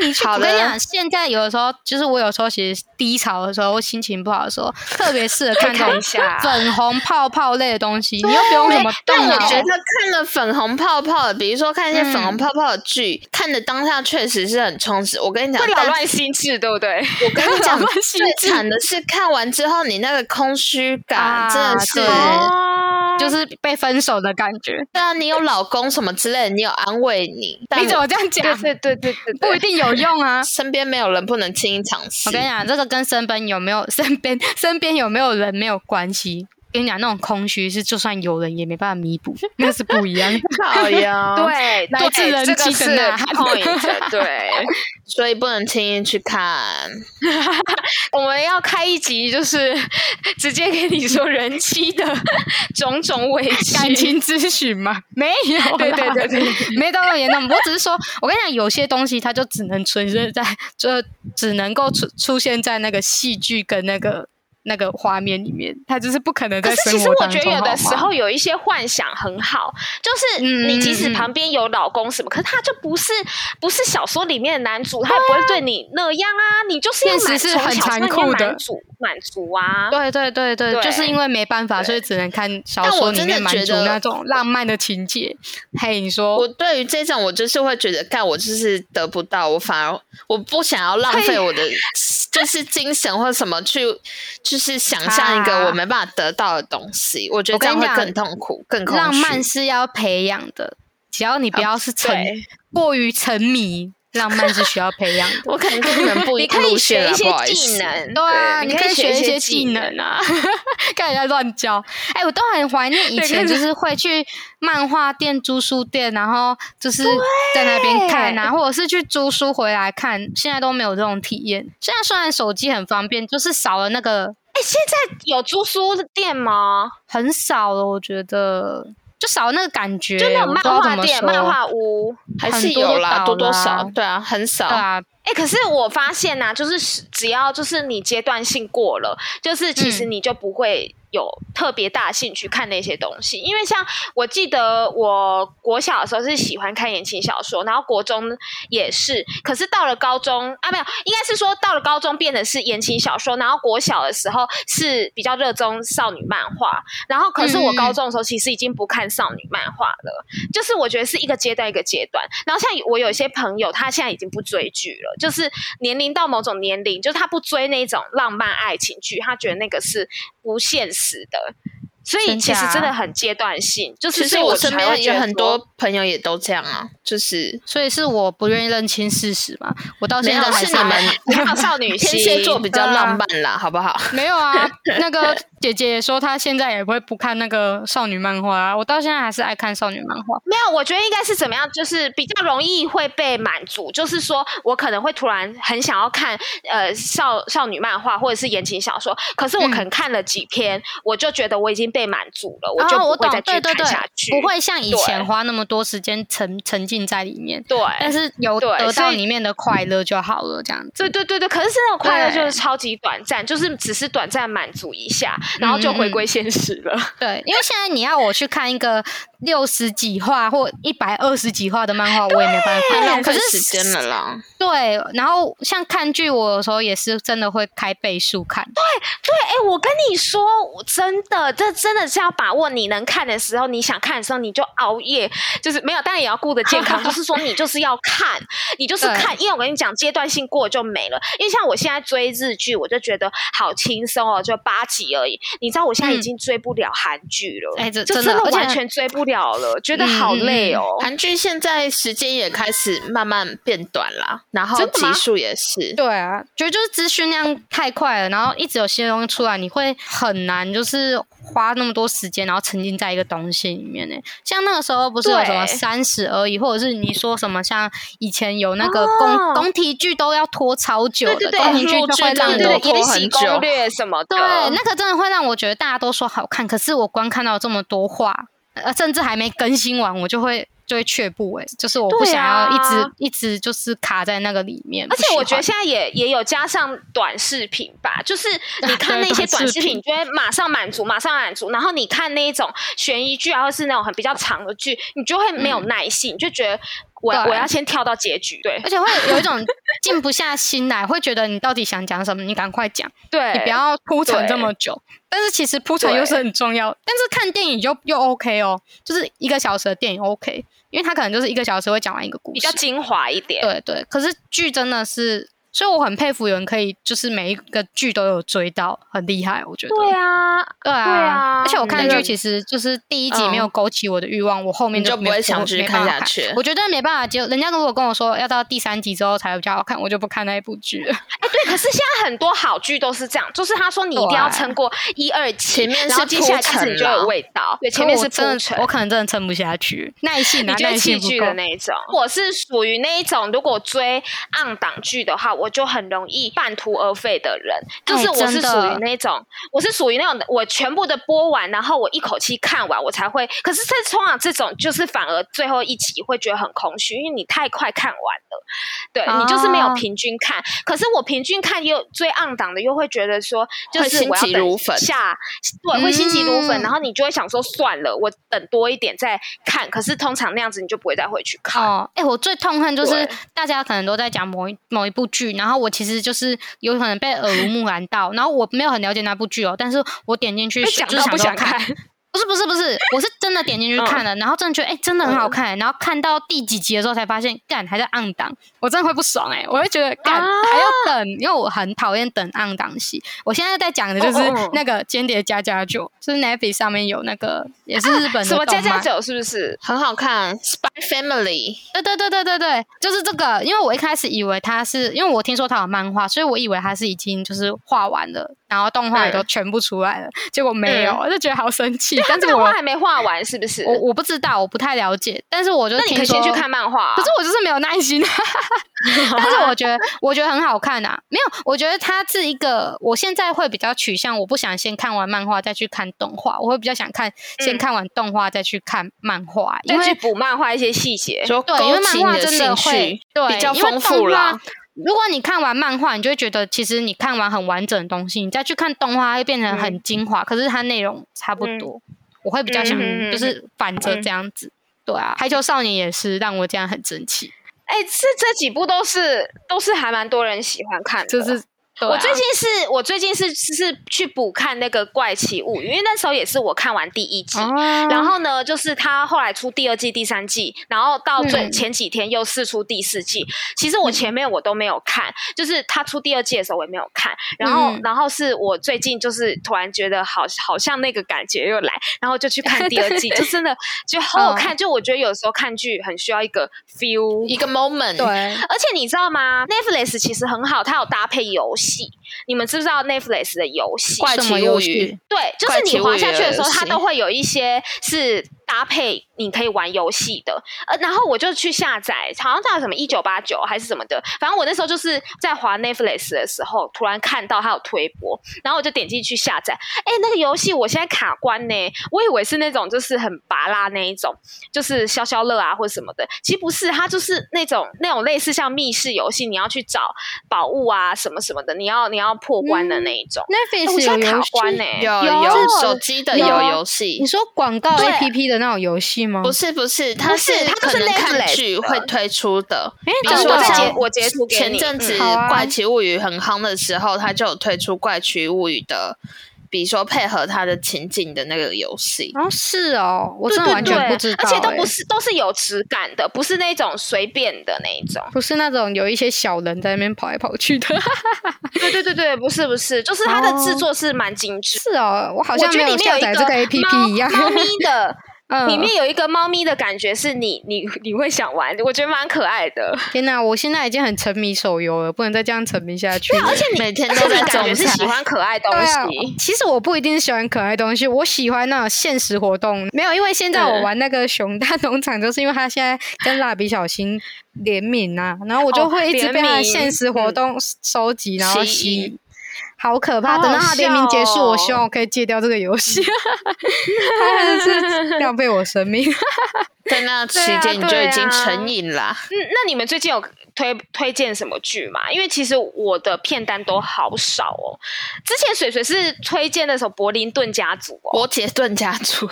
你去，好我的跟你讲，现在有的时候就是我有时候其实低潮的时候，或心情不好的时候，特别适合 看这看一种下粉红泡泡类的东西，你又不用什么动但我脑。觉得看了粉红泡泡，比如说看一些粉红嗯泡泡的剧，看的当下确实是很充实。我跟你讲会，扰但乱心智，对不对？我跟你 讲，扰乱心最智惨的是看完之后，你那个空虚感啊真的是对，哦就是被分手的感觉。对啊，你有老公什么之类的，你有安慰你，但你怎我么这样对讲？对对对对，不一定有用啊。身边没有人不能轻易尝试 我。跟你讲，这个跟身边有没有身边身边有没有人没有关系。跟你讲，那种空虚是就算有人也没办法弥补，那是不一样的。好呀， 对，来自对人这个妻的是呐喊 point，对， 所以不能轻易去看。我们要开一集，就是直接给你说人妻的种种委屈，感情咨询吗？ 没有啦，对对对对没到那么严重。我只是说，我跟你讲，有些东西它就只能存在 在，就只能够出出现在那个戏剧跟那个那个画面里面，它就是不可能 可在是生其实活我当中。觉得有的时好吗候有一些幻想很好，就是你即使嗯嗯嗯旁边有老公什么，可是他就不是不是小说里面的男主，他也不会对你那样啊，你就是要现实满是从很小残就要酷的满足满足啊，对对对对，对就是因为没办法，对所以只能看小但我说真里的面满觉足得那种浪漫的情节。嘿，你说我对于这种，我就是会觉得，干我就是得不到，我反而我不想要浪费我的就是精神或什么去，就是想象一个啊我没办法得到的东西。我觉得我这跟样你会讲更痛苦，更空虚浪漫是要培养的，只要你不要是沉、对过于沉迷，浪漫是需要培养的。我可能跟你们不一 你可以路线了啊学一些不好意技思。能，对啊，你你以学一些技技能啊， 看人家乱教。哎、我都很怀念以对前，看就是会去漫画店、租书店，然后就是在那边看啊，或者是去租书回来看。现在都没有这种体验。现在虽然手机很方便，就是少了那个哎、现在有租书店吗？很少了，我觉得就少了那个感觉，就那我不种漫知道怎画么店、说漫画屋。还很是多有都啦，倒多多啦少对啊，很少。对啊，哎、可是我发现呐、就是是只要就是你阶段性过了，就是其实嗯你就不会有特别大兴趣看那些东西，因为像我记得我国小的时候是喜欢看言情小说，然后国中也是，可是到了高中啊，没有，应该是说到了高中变成是言情小说，然后国小的时候是比较热衷少女漫画，然后可是我嗯嗯高中的时候其实已经不看少女漫画了。就是我觉得是一个阶段一个阶段。然后像我有一些朋友，他现在已经不追剧了，就是年龄到某种年龄，就是他不追那种浪漫爱情剧，他觉得那个是不现实的。所以真其实假真的很阶段性，就是其实所以我我身才会边觉有得很说多朋友也都这样啊，就是所以是我不愿意认清事实嘛。我到没现啊有在还 是你们还有少女 天心蝎座比较对啊浪漫啦，好不好？没有啊，那个姐姐也说她现在也不会不看那个少女漫画、啊，我到现在还是爱看少女漫画。没有，我觉得应该是怎么样，就是比较容易会被满足。就是说我可能会突然很想要看呃少少女漫画或者是言情小说，可是我可能看了几篇，我就觉得我已经被满足了，我就哦我不懂会再，继续对对看对下，去。不会像以前对花那么多时间沉沉浸在里面，对，但是有对得所到以里面的快乐就好了，这样子。对对对对，可是那种快乐就是对超级短暂，就是只是短暂满足一下，然后就回嗯归现实了。对，因为现在你要我去看一个六十几话或一百二十几话的漫画，我也没办太法。浪啊可费是时间了啦。对，然后像看剧，我有时候也是真的会开倍数看。哎、我跟你说，我真的，这真的是要把握你能看的时候，你想看的时候你就熬夜，就是没有，当然也要顾得健康，就是说你就是要看，你就是看，因为我跟你讲，阶段性过就没了。因为像我现在追日剧，我就觉得好轻松哦，就八集而已。你知道我现在已嗯经追不了韩剧了，哎这就真的的而且完全追不了了，觉得好嗯嗯嗯累哦。韩剧现在时间也开始慢慢变短啦，然后真的吗集数也是。对啊，觉得就是资讯量太快了，然后一直有新的东西出来，你会很难就是花那么多时间，然后沉浸在一个东西里面呢。像那个时候不是有什么对三十而已，或者是你说什么像以前有那个宫哦宫廷剧都要拖超久的，对对对宫廷剧录就制会让真你的对都对，拖延很禧久攻略什么的，对，那个真的会让我觉得大家都说好看，可是我光看到这么多话，呃，甚至还没更新完，我就会就会却步、欸。就是我不对想要一直、啊一直就是卡在那个里面。而且我觉得像现在也也有加上短视频吧，就是你看对啊那些短短视视频，频你就会马上满足，马上满足。然后你看那一种悬疑剧啊，或是那种很比较长的剧，你就会没有耐性，你就觉得我嗯对呃我要先跳到结局。对而且会有一种静不下心来，会觉得你到底想讲什么，你赶快讲，对，你不要铺陈对这么久。但是其实铺陈又是很重要，但是看电影就又 OK 哦，就是一个小时的电影 OK，因为它可能就是一个小时会讲完一个故事，比较精华一点。对对，可是剧真的是，所以我很佩服有人可以就是每一个剧都有追到，很厉害，我觉得。对啊，对啊，对啊而且我看那剧个其实就是第一集没有嗯勾起我的欲望，我后面你就没不会我想继续没看办法下去我觉得没办法接受，人家如果跟我说要到第三集之后才比较好看，我就不看那一部剧了。哎，对，可是现在很多好剧都是这样，就是他说你一定要对撑过一二期，前面是然后接下来开铺始陈你就有啦味道，对，前可面我是真铺的陈，我可能真的撑不下去，耐性你啊，就耐是性弃不剧够的。那一种，我是属于那一种，如果追暗档剧的话，我就很容易半途而废的人。就是哎我是真的属于那种，我是属于那种，我全部的播完，然后我一口气看完，我才会。可是这通常这种，就是反而最后一集会觉得很空虚，因为你太快看完了，对、你就是没有哦平均看。可是我平均看又追暗档的，又会觉得说，就会是心我要急等如焚下，对，会心急如焚，嗯然后你就会想说算了，我等多一点再看。可是通常那样子你就不会再回去看。哦，哎、我最痛恨就是对大家可能都在讲某一某一部剧，然后我其实就是有可能被耳濡目染到，然后我没有很了解那部剧哦，但是我点进去被就是讲想到不说想看，看，不是不是不是，我是真的点进去看嗯了，然后真的觉得哎、诶真的很好看、然后看到第几集的时候才发现干还在暗档，我真的会不爽哎、我会觉得干、啊还要等，因为我很讨厌等暗档戏。我现在在讲的就是哦哦哦那个《间谍加加酒》，就是 n e t f l i 上面有那个也是日本的、啊什么家家，酒是不是？很好看，《Spy Family》对对对对对对，就是这个。因为我一开始以为它是，因为我听说它有漫画，所以我以为它是已经就是画完了，然后动画嗯也都全部出来了，结果没有，我就觉得好生 气。但是漫我画还没画完是不是？我我不知道，我不太了解，但是我就那你听可以说先去看。漫画啊、可是我就是没有耐心、 啊，但是我觉得我觉得很好看啊。没有，我觉得它是一个，我现在会比较取向，我不想先看完漫画再去看动画，我会比较想看先嗯看完动画再去看漫画，因再去为补漫画一些细节。就对，因为勾起漫你画的真的兴会趣，对比较因为丰动富画啦。如果你看完漫画，你就会觉得其实你看完很完整的东西，你再去看动画会变成很精华，可是它内容差不多。我会比较想嗯哼嗯哼就是反着这样子，对啊，《排球少年》也是让我这样很生气，哎、这这几部都是都是还蛮多人喜欢看的。就是、对啊我最近是我最近是是去补看那个《怪奇物语》，因为那时候也是我看完第一集，哦然后呢，就是他后来出第二季、第三季，然后到最嗯前几天又试出第四季。其实我前面我都没有看，就是他出第二季的时候我也没有看。然后，嗯然后是我最近就是突然觉得好，好像那个感觉又来，然后就 去看第二季，就真的就好嗯好看。就我觉得有时候看剧很需要一个 feel，一个 moment，对而且你知道吗？Netflix 其实很好，它有搭配游戏，你们知不知道 Netflix 的游戏？怪什么奇游物戏语，对，就怪是你奇物滑语下去的的时候，它游戏都会有一些是搭配你可以玩游戏的。呃，然后我就去下载，好像叫什么一九八九还是什么的，反正我那时候就是在滑 Netflix 的时候，突然看到它有推播，然后我就点进去下载。哎，那个游戏我现在卡关呢，我以为是那种就是很拔拉那一种，就是消消乐啊或什么的，其实不是，它就是那种那种类似像密室游戏，你要去找宝物啊什么什么的，你要你要破关的那一种。哎我 Netflix 有现在卡游关戏呢、，有有手机的有有啊游戏你，说广告对 APP 的那种游戏吗？不是不是，它哦不是它就可是能看 Netflix 剧的会推出的。哎，比如哦真我说的再像截哦我截图给前你阵嗯子好啊《怪奇物语》很夯的时候，它就有推出《怪奇物语》的，比如说配合它的情景的那个游戏。哦，是哦，我对真对的对，完全不知道，而且都哎不欸是都是有质感的，不是那种随便的那一种。不是那种有一些小人在那边跑来跑去的。对对对对，不是不是，就是它的制哦作是蛮精致。是哦，我好我像觉没得里面下有一载这个 A P P 一样。猫咪 的，嗯，里面有一个猫咪的感觉，是你你你会想玩，我觉得蛮可爱 的。天哪，我现在已经很沉迷手游了，不能再这样沉迷下去了。啊而且你每天而都且在你感觉种是喜菜，欢可爱东对啊西，，其实我不一定喜欢可爱东西，我喜欢那种现实活动。没有，因为现在我嗯玩那个熊大农场，就是因为它现在跟蜡笔小新联名啊，然后我就会一直被它的哦联名嗯现实活动收集，然后吸吸引引。好可怕！好等到好它联名结束，笑哦我希望我可以戒掉这个游戏， 它真的是浪费我生 命。在那期对啊间你就对已经啊成瘾啦。嗯，那你们最近有推推荐什么剧吗？因为其实我的片单都好少哦。之前水水是推荐那首《柏林顿家族》哦，伯杰顿家族，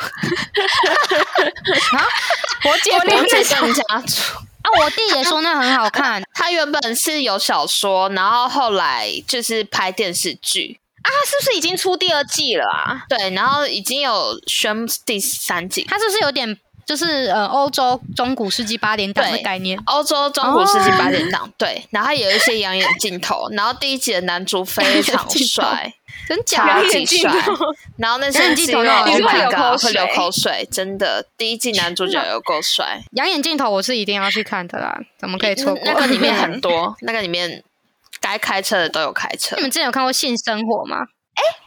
我姐伯杰顿家族，啊，我弟也说那很好看，它原本是有小说，然后后来就是拍电视剧，啊，它是不是已经出第二季了啊？对，然后已经有宣第三季。它是不是有点就是呃欧洲中古世纪八点档的对概念？欧洲中古世纪哦八点档，对，然后有一些养眼镜头， 然后第一集的男主非 常帅， 真假超两级眼镜帅头，然后那 两些眼镜头肉你，Oh 是会 my 流 god，口会流水口水，真的，第一季男 主角有够帅，养眼镜头我是一定要去看的啦，怎么可以错过？那个里 面很多，那个里面该开车的都有开车你，们之前有看过《性生活》吗？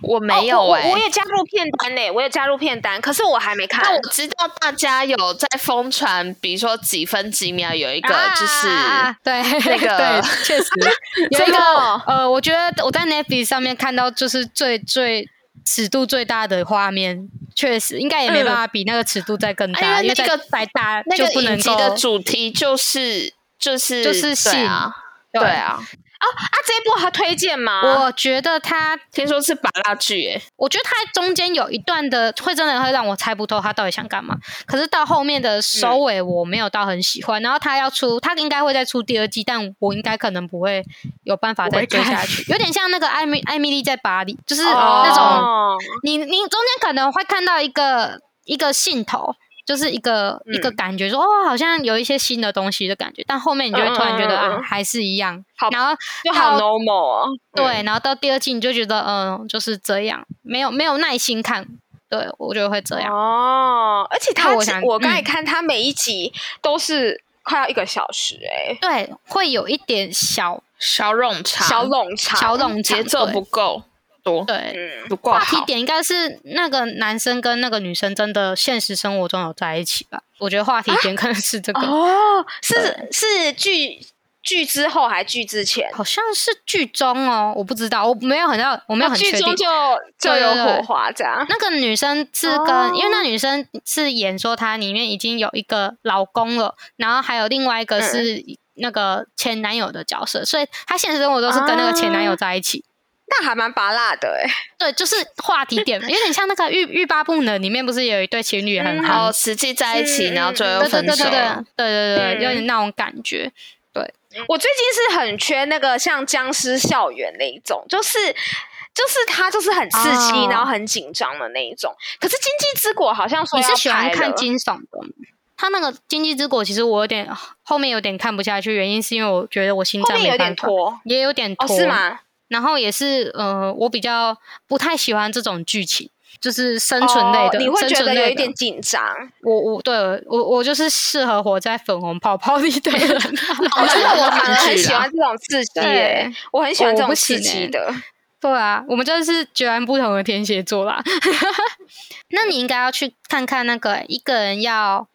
我没哦有我欸哎我我。也加入片单呢、我也加入片单，可是我还没看。但我知道大家有在疯传，比如说几分几秒有一个就是啊对那个 对，确 实有一真个的哦呃，我觉得我在 Netflix 上面看到就是最最尺度最大的画面，确实应该也没办法比那个尺度再更嗯哎大，呀因为那个再再大那就个不能影集够的主题就是就是就是对性啊，对啊，啊，这一部还推荐吗？我觉得他，听说是拔蜡剧诶，我觉得他中间有一段的会真的会让我猜不透他到底想干嗯嘛。可是到后面的收尾我没有到很喜欢，然后他要出，他应该会再出第二季，但我应该可能不会有办法再追下去。有点像那个艾米艾米丽在巴黎，就是哦那种、哦你你中间可能会看到一个一个信头。就是一个、嗯一个感觉说，哦，好像有一些新的东西的感觉，但后面你就会突然觉得、嗯嗯嗯嗯啊，还是一样。好然后就好到 normal 哦。对，啊然后到第二季你就觉得，嗯，就是这样，没有没有耐心看，对我觉得会这样。哦，而且那他我其想我刚才嗯看他每一集都是快要一个小时哎、对，会有一点小小冗长，小冗长，小冗长，节奏对不够多，对。嗯，不够话题好。点应该是那个男生跟那个女生真的现实生活中有在一起吧？我觉得话题点可能是这个，哦，是是剧剧之后还剧之前？好像是剧中哦，我不知道，我没有很到，我没有哦很剧确定中。就就有对对对火花这样。那个女生是跟，哦因为那女生是演说她里面已经有一个老公了，然后还有另外一个是嗯那个前男友的角色，所以她现实生活中是跟那个前男友在一起。嗯那还蛮拔辣的哎、对，就是话题点，有点像那 个欲欲罢不能里面不是有一对情侣也很哦然好，后实际在一起，嗯然后最后对又对分啊对手对对。对对对，嗯有点那种感觉。我最近是很缺那个像僵尸校园那一种，就是就是它就是很刺激，哦然后很紧张的那一种。可是《经济之国》好像说你要是喜欢拍看了惊悚的吗？他那个《经济之国》其实我有点后面有点看不下去，原因是因为我觉得我心后脏面有没点办法，拖也有点哦，拖，是吗？然后也是呃，我比较不太喜欢这种剧情，就是生存类的，哦你会生觉存得类有一的点 紧张。我我对我我就是适合活在粉红泡泡里的人，啊 我我觉得哦我反而很喜啦欢这种刺激、对耶，我很喜欢我这种不刺行欸激耶的。 对啊，我们真的是截然不同的天蝎座啦。 那你应该要去看看那个一个人要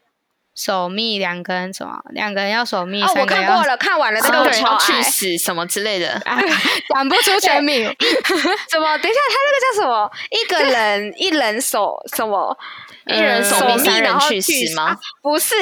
守密，两个人什么，两个人要守密，哦，我三个人看要过了，看完了，这三个个我人超要去爱。死什么之类的， 讲不出全名，什么？等一下，他那个叫什么？一个 人一人手什么？嗯一人守手密密，三然人后去死啊吗？不是，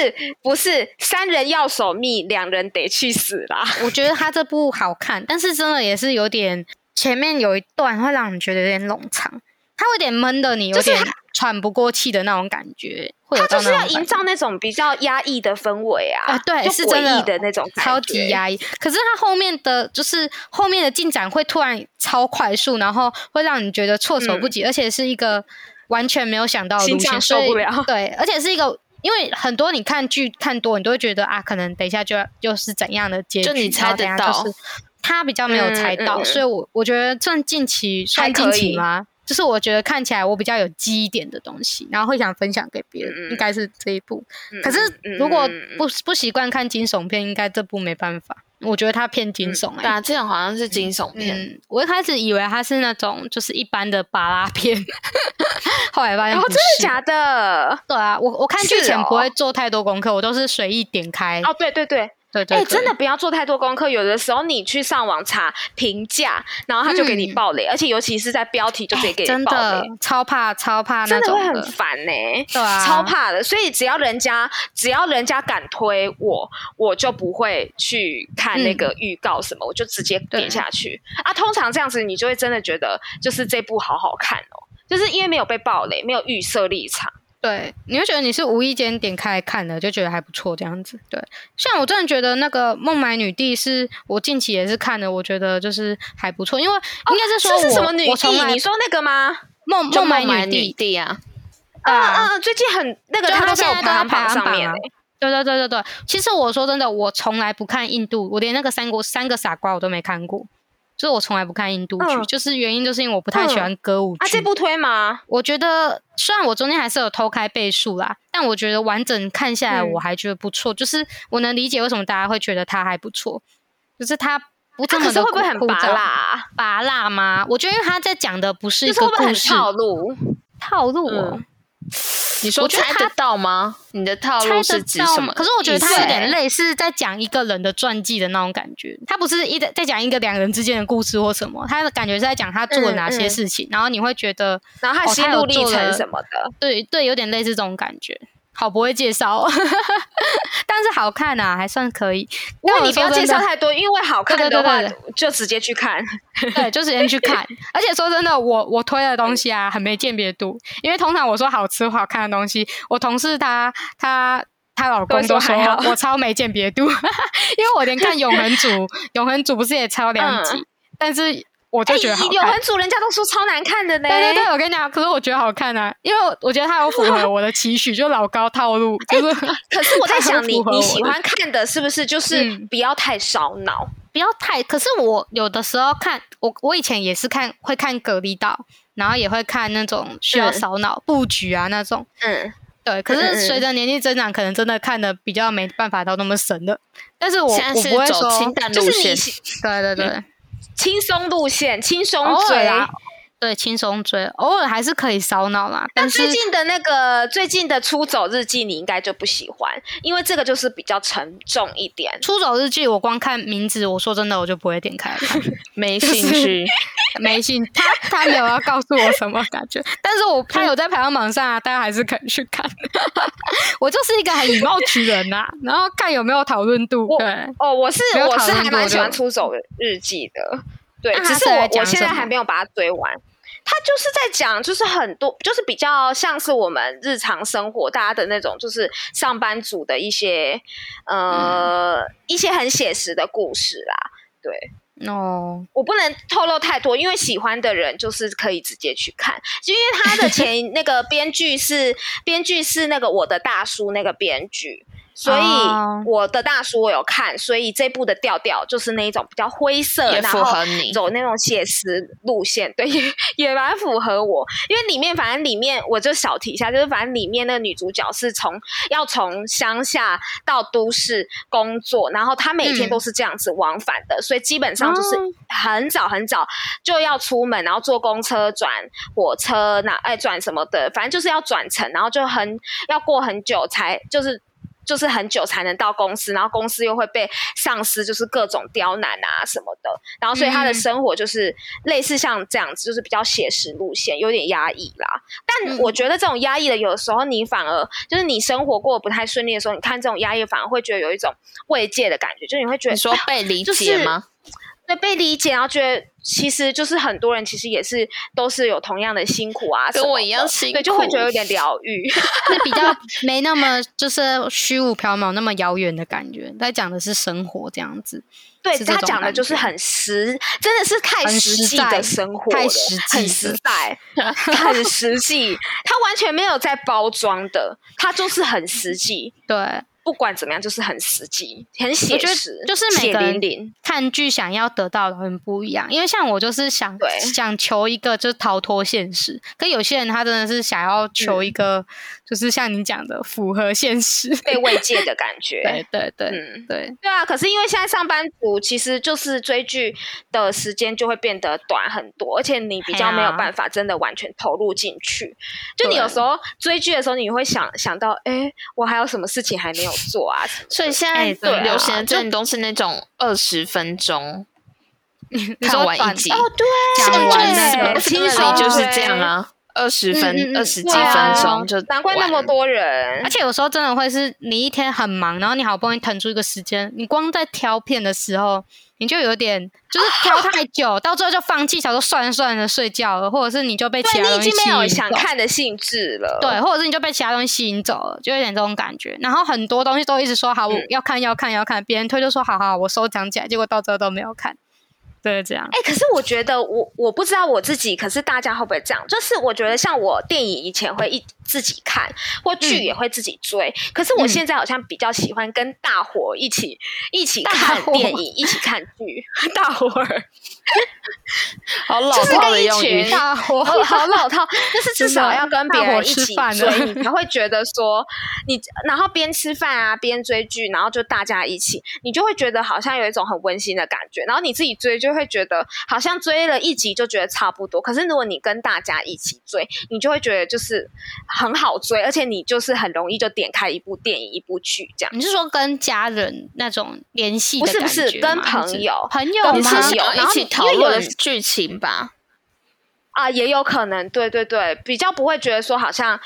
不是，三人要守密，两人得去死啦！我觉得他这部好看，但是真的也是有点前面有一段会让你觉得有点冗长，它会有点闷的你，有点喘不过气的那种感觉，会有他到就是哦那要种营感觉。造那种比较压抑的氛围啊，啊对就是诡真的异的那种感超觉级。压抑，可是它后面的就是后面的进展会突然超快速，然后会让你觉得措手不及，而且是一个完全没有想到的嗯心路线，脏受所以不了对，而且是一个，因为很多你看剧看多，你都会觉得啊，可能等一下就要又是怎样的结局，就你猜然后等得一下到就是他比较没有猜到，嗯嗯嗯所以我我觉得算近期算还可近期以吗？就是我觉得看起来我比较有记忆点的东西，然后会想分享给别人，嗯嗯应该是这一部。嗯可是嗯如果嗯嗯嗯不不习惯看惊悚片，应该这部没办法。我觉得它偏惊嗯悚对哎、啊，这种好像是惊悚片，嗯，我一开始以为它是那种就是一般的巴拉片， 后来发现然后不哦真的是。假的？对啊，我我看剧是前哦不会做太多功课，我都是随意点开。哦，对对对，对对对，哎，真的不要做太多功课。有的时候你去上网查评价，然后他就给你嗯啊爆雷，而且尤其是在标题就直接给真你爆的雷，超怕超怕那真的种会很烦呢、对啊，超怕的。所以只要人家只要人家敢推我，我就不会去看那嗯个预告什么，我就直接点下去啊。通常这样子，你就会真的觉得就是这部好好看哦，就是因为没有被暴雷，没有预设立场。对，你会觉得你是无意间点开来看的，就觉得还不错这样子。对，像我真的觉得那个《孟买女帝》是我近期也是看的，我觉得就是还不错，因为应该是说这我、哦是什么女我从帝？来你说那个吗？孟就孟孟买买女女帝帝啊，啊，嗯嗯，最近很那个，就它她都在我现在都排行在排榜行上榜面啊欸。对对对对对。其实我说真的，我从来不看印度，我连那个三国三个傻瓜我都没看过，就是我从来不看印度剧，嗯就是原因就是因为我不太喜嗯欢歌舞剧。啊，这部推吗？我觉得虽然我中间还是有偷开倍数啦，但我觉得完整看下来，嗯我还觉得不错。就是我能理解为什么大家会觉得它还不错，就是它不这它啊可么是的会不会很枯拔燥辣啊？拔辣吗？我觉得因为他在讲的不是一就是个会不会故很事套路？套路哦、你说我觉得猜他得到吗？你的套路猜是得指到什吗么？可是我觉得意它思有点类似在讲一个人的传记的那种感觉，他不是一在在讲一个两人之间的故事或什么，他的感觉是在讲他做了嗯哪些嗯事情，然后你会觉得然后它哦心它有路历做程了什么的，对对，有点类似这种感觉。好不会介绍、哦， 但是好看啊，还算可以。因为但你我不说要介真的绍太多，因为好看对的对对话对就直接去看。对，就直接去看。而且说真的，我我推的东西啊，很没鉴别度，因为通常我说好吃好看的东西，我同事她她她老公都都会说说还好我超没鉴别度，因 为我连看《永恒族》《永恒族》不是也超两集，嗯但是我就哎，觉得好永看。恒族人家都说超难看的呢。对对对，我跟你讲，可是我觉得好看啊，因为我我觉得它有符合我的期许，就老高套路，就是 可是我在它想很你符合你我喜的欢看的是不是就是嗯不要太烧脑？不要太。可是我有的时候看，我我以前也是看会看《蛤蜊岛》，然后也会看那种需要嗯扫脑布局啊那种。嗯，对，可嗯嗯是随着年纪增长，可能真的看的比较没办法到那么深的。但是我现我在不会是走说，清淡就路是你线，喜对对对，轻松路线，轻松偶尔追。啦，对轻松追，偶尔还是可以烧脑啦。但但是最近的那个最近的《出走日记》，你应该就不喜欢，因为这个就是比较沉重一点。出走日记，我光看名字，我说真的，我就不会点开来看，没兴趣。没兴他他没有要告诉我什么感觉， 但是我他有在排行榜上啊，大家还是可以去看。 我就是一个很以貌取人啊呐、 然后看有没有讨论度我。对，哦，我是没有我讨是论还过蛮喜就欢《出走日记》的，对，那只它是是在我我讲现什在还么没有把它追完。它就是在讲，就是很多，就是比较像是我们日常生活大家的那种，就是上班族的一些呃、嗯一些很写实的故事啦。对哦，我不能透露太多，因为喜欢的人就是可以直接去看，就因为 他的前那个编剧是编剧是那个我的大叔那个编剧，所哦以我的大叔我有看，所以这部的调调就是那一种比较灰色，也然符后合你走那种写实路线，对，也也蛮符合我。因为里面反正里面我就小提一下，就是反正里面那个女主角是从要从乡下到都市工作，然后她每天嗯都是这样子往返的，所以基本上就是哦很早很早就要出门，然后坐公车转火车，那哎转什么的，反正就是要转乘，然后就很要过很久才就是。就是很久才能到公司，然后公司又会被上司就是各种刁难啊什么的，然后所以他的嗯生活就是类似像这样子，就是比较写实路线，有点压抑啦。嗯但我觉得这种压抑的，有的时候你反而就是你生活过得不太顺利的时候，你看这种压抑反而会觉得有一种慰藉的感觉，就是你会觉得你说哎呀被理就是解吗？对被理解，然后觉得其实就是很多人其实也是都是有同样的辛苦啊，跟什么我一样的辛对，就会苦觉得有点疗 愈。是比较没那么就是虚无缥缈、那么遥远的感觉。他讲的是生活这样子，对是这他种讲的感就是觉很实，真的是太很实实际的在生活了，太实很际实了 在，很实际，他完全没有在包装的，他就是很实际。对。不管怎么样，就是很实际，很写觉得实，就是每血个淋人淋。看剧想要得到的很不一样，因为像我就是想对想求一个就是逃脱现实，可有些人他真的是想要求一个、就是像你讲的符合现实，被慰藉的感 觉。对对对、嗯，对，对啊。可是因为现在上班族其实就是追剧的时间就会变得短很多，而且你比较没有哎呀办法真的完全投入进去。就你有对时候追剧的时候，你会想想到，哎，我还有什么事情还没有做啊？什么所以现在哎对啊流行的就真的都是那种二十分钟 你看说完一短啊集，哦，对，讲现完在那个是轻所松以就是对这样啊，二十嗯分嗯二十几对啊分钟就难怪那么完多人而。且有时候真的会是你一天很忙，然后你好不容易腾出一个时间，你光在挑片的时候，你就有点就是挑太久，到最后就放弃，想说算了算了，睡觉了，或者是你就被其对他你已东西经没有吸引想走看的兴致了，对，或者是你就被其他东西吸引走了，就有点这种感觉。然后很多东西都一直说好，我嗯要看要看要看，别人推就说好好，我收藏起来，结果到最后都没有看，对，这样。哎、可是我觉得我我不知道我自己，可是大家会不会这样？就是我觉得像我电影以前会一自己看，或剧嗯也会自己追，可是我嗯现在好像比较喜欢跟大伙一起一起大看伙电影，一起看剧， 大伙儿好老就是套的跟一用语群，大 伙好好老套，就是至真少的要跟别大伙人一吃起饭啊了追，你才会觉得说你，然后边吃饭啊边追剧，然后就大家一起，你就会觉得好像有一种很温馨的感觉。然后你自己追就会觉得好像追了一集就觉得差不多，可是如果你跟大家一起追，你就会觉得就是很好追，而且你就是很容易就点开一部电影一部剧这样。你是说跟家人那种联系的不是不感是觉跟吗朋还是友朋跟友你朋是吗想？友然要一后起因为讨有的论时剧情吧？啊，也有可能，对对对，比较不会觉得说好像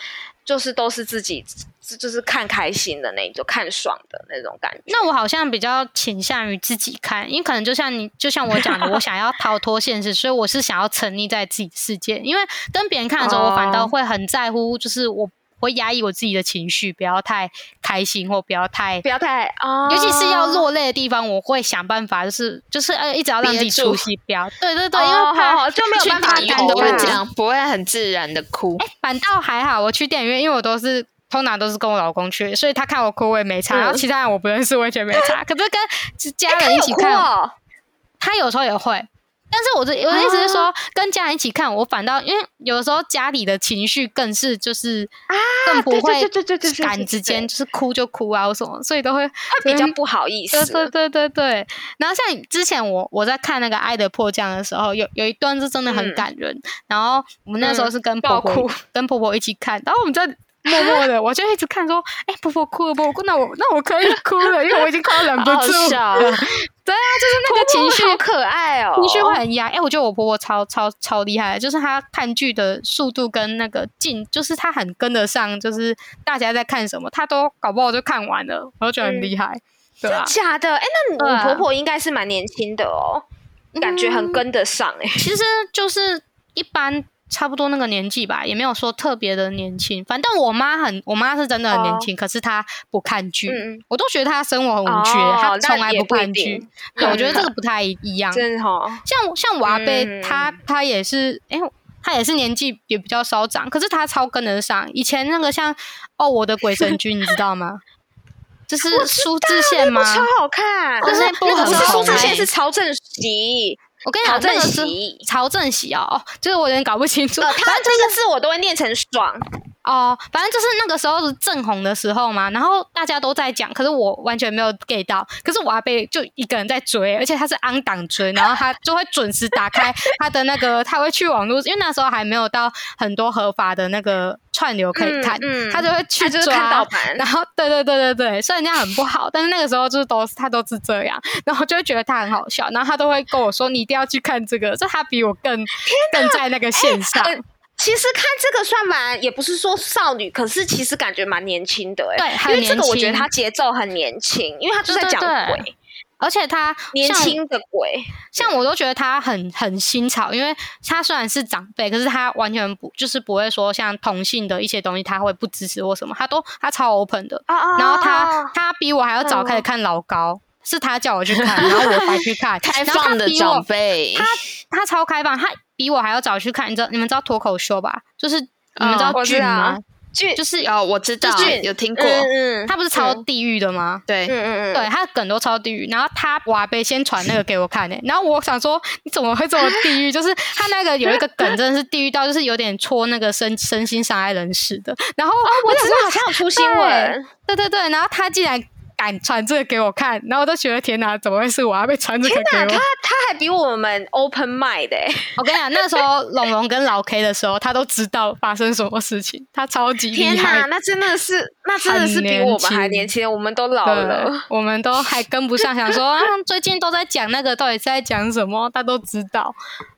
就是都是自己，就就是看开心的那种，看爽的那种感觉。那我好像比较倾向于自己看，因为可能就像你，就像我讲的，我想要逃脱现实，所以我是想要沉溺在自己的世界。因为跟别人看的时候，我反哦倒会很在乎，就是我会压抑我自己的情绪，不要太开心或不要太不，要太啊，尤其是要落泪的地方，我会想办法，就是就是呃，一直要让憋自己住出戏，不要对对对，因哦，为怕好好就没有去办哪法里感都动会啊这样，不会很自然的哭。哎反倒还好，我去电影院，因为我都是通常都是跟我老公去，所以他看我哭我也没差，嗯然后其他人我不认识我也觉得没差。 哎可是跟家他人一有起哭看，哦，他有时候也会。但是我的我的意思是说，跟家人一起看，我反倒因为有时候家里的情绪更是就是更不啊对会对对对对对对赶对之间嗯对就是哭就哭啊或什么，所以都会会比较不好意对对思。对对对。然后像之前我我在看那个《爱的迫降》的时候，有有一段是真的嗯很感人。然后我们那时候嗯是跟爆婆婆、哭跟婆婆一起看，然后我们在默默的，我就一直看说，哎、婆婆哭了，婆婆哭，那我那我可以哭了，因为我已经快要忍不好好住了。笑哦啊，嗯对啊，就是那个婆情婆绪。好可爱哦，情绪会很压，哎、我觉得我婆婆超超超厉害的，就是她看剧的速度跟那个进，就是她很跟得上，就是大家在看什么，她都搞不好就看完了，我就觉得嗯很厉害，对啊，假的。哎，那对你啊婆婆应该是蛮年轻的哦，感觉很嗯跟得上哎。其实就是一般差不多那个年纪吧，也没有说特别的年轻。反正我妈很，我妈是真的很年轻，可是她不看剧，哦嗯嗯，我都觉得她生活很无趣，哦她从那来也不看一剧定。 对，嗯我觉得这个不太一样。真的哦，像像我阿贝，嗯她她也是，哎、她也是年纪也比较稍 长，可是她超跟得上。以前那个像哦，我的鬼神君，你知道吗？就是苏志燮吗？超好看，啊但是那部不很是好苏志看燮，是曹正熙。我跟你讲，曹正那个是熙曹正熙哦，哦就是我有点搞不清楚。呃，他这个字我都会念成爽，哦，反正就是那个时候是正红的时候嘛，然后大家都在讲，可是我完全没有 get 到，可是我阿贝就一个人在追，而且他是昂档追，然后他就会准时打开他的那个，他会去网络，因为那时候还没有到很多合法的那个串流可以看，嗯嗯他就会去他就是抓看盗版然。后对对对对对，虽然这样很不好，但是那个时候就是都他都是这样，然后就会觉得他很好笑，然后他都会跟我说你一定要去看这个，就他比我更更在那个线上。 呃其实看这个算蛮，也不是说少女，可是其实感觉蛮年轻的、对欸，很因为这年个我觉得轻他节奏很年轻，因为他就在对对讲鬼，对而且他年像轻的鬼，像我都觉得他很很新潮，因为他虽然是长辈，可是他完全不就是不会说像同性的一些东西他会不支持或什么，他都他超 open 的。啊啊然后他他比我还要早嗯开始看老高，是他叫我去看， 然后我才去看。开然后他放的比我长辈，他他超开放，他比我还要早去看。你知道你们知道脱口秀吧？就是你们知道哦我知俊吗道？剧就是哦，我知道就是，有听过，嗯嗯，他不是超嗯地狱的吗？对，嗯嗯 对，他的梗都超地狱。然后他瓦贝先传那个给我看 诶、然后我想说你怎么会这么地狱？就是他那个有一个梗真的是地狱到，就是有点戳那个身 身心伤害人士的。然后哦我我知想说道好欸像有出新闻，对对对，然后他竟然敢传这个给我看，然后我都觉得天哪，怎么会是我要被传这个给天我哪，啊他？他还比我们 open mind 哎、我跟你讲，那时候龙龙跟老 K 的时候，他都知道发生什么事情，他超级天厉害哪，。那真的是，那真的是比我们还年轻，我们都老对了。，我们都还跟不上，想说啊，最近都在讲那个，到底是在讲什么？他都知道，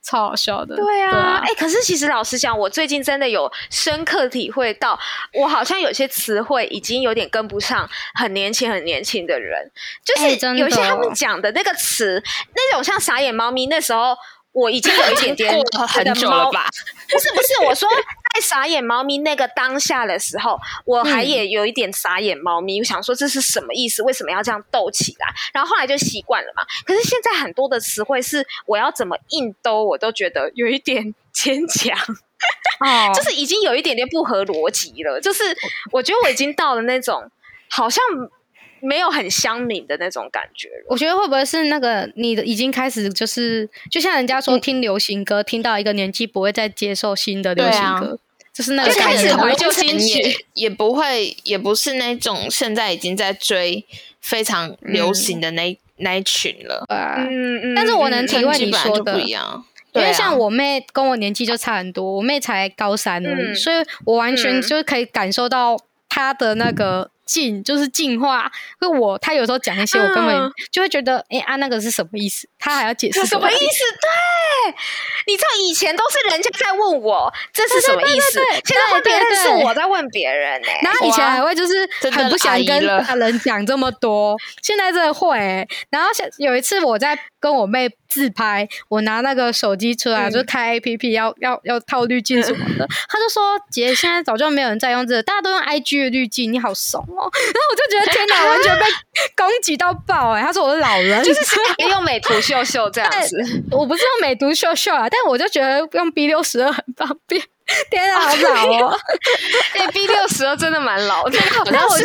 超好笑的。对啊，啊哎、，可是其实老实讲，我最近真的有深刻体会到，我好像有些词汇已经有点跟不上很年轻、很年轻的人，就哎真的是有一些他们讲的那个词，那种像傻眼猫咪，那时候我已经有一点 点过了很久了吧？ 不是不是，我说在傻眼猫咪那个当下的时候，我还也有一点傻眼猫咪，我想说这是什么意思？为什么要这样斗起来？然后后来就习惯了嘛。可是现在很多的词汇是我要怎么硬兜，我都觉得有一点牵强，哦， 就是已经有一点点不合逻辑了。就是 我觉得我已经到了那种好像没有很乡民的那种感觉了。我觉得会不会是那个你的已经开始就是，就像人家说听流行歌，听到一个年纪不会再接受新的流行歌，就是那个而且就开概始念很怀多旧成金曲也也不会，也不是那种现在已经在追非常流行的那、那一群了。对啊嗯嗯但是我能嗯体会你本来说就的不一样，因对为啊像我妹跟我年纪就差很多，我妹才高三而已，嗯所以我完全嗯就可以感受到她的那个进，就是进化。就我她有时候讲一些，我根本嗯就会觉得，哎、啊那个是什么意思？她还要 解释什么意思？ 对，你知道以前都是人家在问我这是什么意思，现在会变成是我在问别人欸呢、然后以前还会就是真的很不想阿姨跟了大人讲这么多，现在真的会欸、然后像有一次我在跟我妹自拍，我拿那个手机出来，嗯就开 APP 要要要套滤镜什么 的，她就说：“姐，现在早就没有人在用这个，大家都用 IG 的滤镜，你好怂哦、然后我就觉得天哪，完全被攻击到爆哎、她说我是老 人，就是要用美图秀秀这样子，我不是用美图秀秀啊，但我就觉得用 B 六十二很方便。天哪，好老哦、哎，B 六十二真的蛮 老的。 然后我就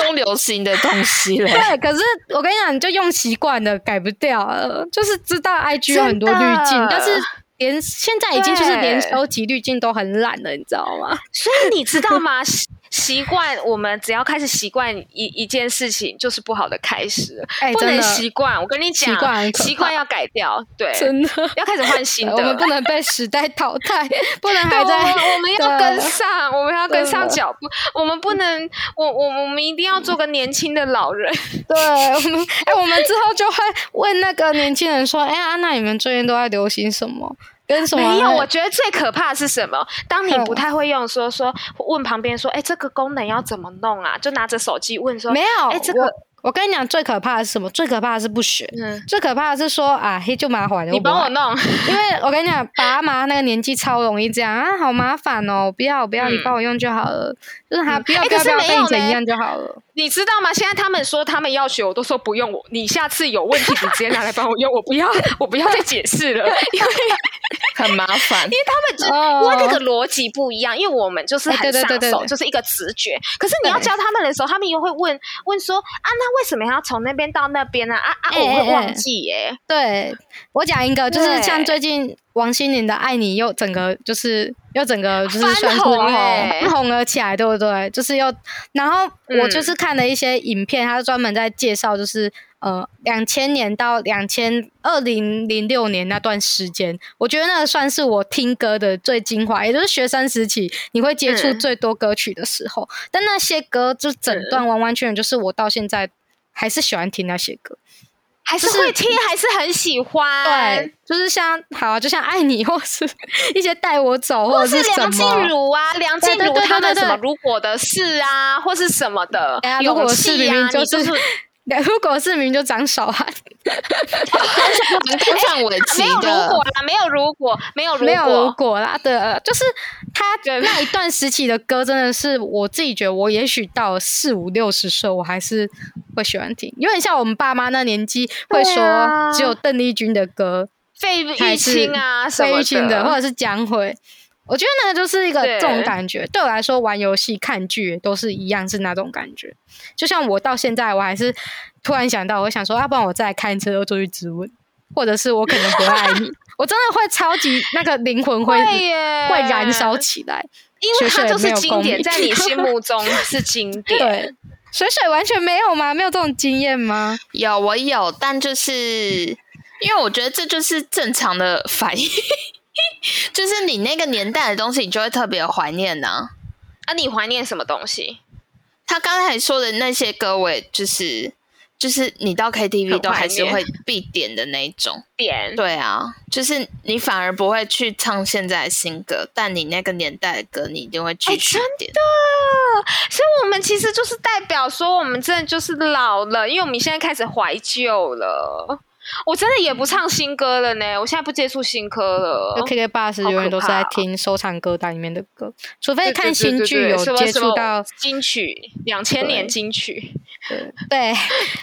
中流行的东西嘞。 对，可是我跟你讲，你就用习惯了，改不掉了。就是知道 IG 有很多滤镜真的，但是连现在已经就是对连收集滤镜都很懒了，你知道吗？所以你知道吗？ 习习惯我们只要开始习惯一一件事情，就是不好的开始了，哎不真能的习惯。我跟你讲习惯很，可怕习惯要改掉，对， 真的，哎要开始换新的。我们不能被时代淘汰，不能对，还啊我在们我们要 对啊跟上，我们要跟上对啊脚步，我们不能，我我我们一定要做个年轻的老人。 对我们，哎、我们之后就会问那个年轻人说，哎、安娜，你们最近都在流行什么？跟什么？没有，我觉得最可怕的是什么？当你啊嗯不太会用的时候，说说问旁边说，哎，这个功能要怎么弄啊？就拿着手机问说，没有。哎这个我我跟你讲，最可怕的是什么？最可怕的是不学，嗯，最可怕的是说啊，嘿，就麻烦了。你帮不爱我弄， 因为我跟你讲，爸妈那个年纪超容易这样啊，好麻烦哦！不要不要，嗯你帮我用就好了，就是他嗯不要哎不要不可是要没跟有以前嘞一样就好了。你你知道吗？现在他们说他们要学，我都说不用。我你下次有问题，你直接拿来帮我用，我不要，我不要再解释了， 因为很麻烦。因为他们、哦因为那个逻辑不一样，因为我们就是哎很对对上对手，对对就是一个直觉。可是你要对教他们的时候，他们又会问问说啊，那为什么要从那边到那边呢、啊？啊啊，哎我哎会哎忘记耶、对我讲一个，就是像对最近王心凌的《爱你》又整个就是又整个就是翻宣出红欸嗯红了起来，对不对？就是又然后我就是看了一些影片，他专门在介绍就是。呃，两千年到两千二零零六年那段时间，我觉得那个算是我听歌的最精华，也就是学生时期你会接触嗯最多歌曲的时候。但那些歌就整段完完全全就是我到现在还是喜欢听那些歌。还是就是会听，还是很喜欢。对，就是像好、啊，就像爱你，或是一些带我走，或或者是什梁静么。茹啊，梁静对茹对对他们对对什么对如果的事啊，或是什么的哎呀，如勇果是气明啊，明你就就是 是如果是明明就长手汗，都范玮琪没有如的果啦，没有如果，没有如没有如果，果啦，对，呃就是他对那一段时期的歌，真的是我自己觉得，我也许到了四五六十岁，我还是会喜欢听，有点像我们爸妈那年纪会对啊说只有邓丽君的歌，费 玉清啊什费么玉清的，或的，者是江蕙。我觉得那个就是一个对这种感觉，对我来说，玩游戏、看剧也都是一样，是那种感觉。就像我到现在，我还是突然想到，我想说，啊要、不然我再来看一次《恶作剧之吻》，或者是我可能不会爱 你，我真的会超级那个灵魂会会耶会燃烧起来。因为学它学就是没有经功典，力在你心目中是经典。对，水水完全没有吗？没有这种经验吗？有我有，但就是因为我觉得这就是正常的反应， 就是你那个年代的东西，你就会特别怀念呢、啊，你怀念什么东西？他刚才说的那些歌，我也就是就是你到 KTV 很都怀还是念嗯会必点的那一种。点对啊，就是你反而不会去唱现在的新歌，但你那个年代的歌，你一定会去哎去真点。所以我们其实就是代表说，我们真的就是老了，因为我们现在开始怀旧了。我真的也不唱新歌了呢，我现在不接触新歌了。就 KK Bus 哦好永远可都是在怕听收藏歌单里面的歌，除对非对看对新对剧对有什么接什么触到金曲，两千年金曲，对，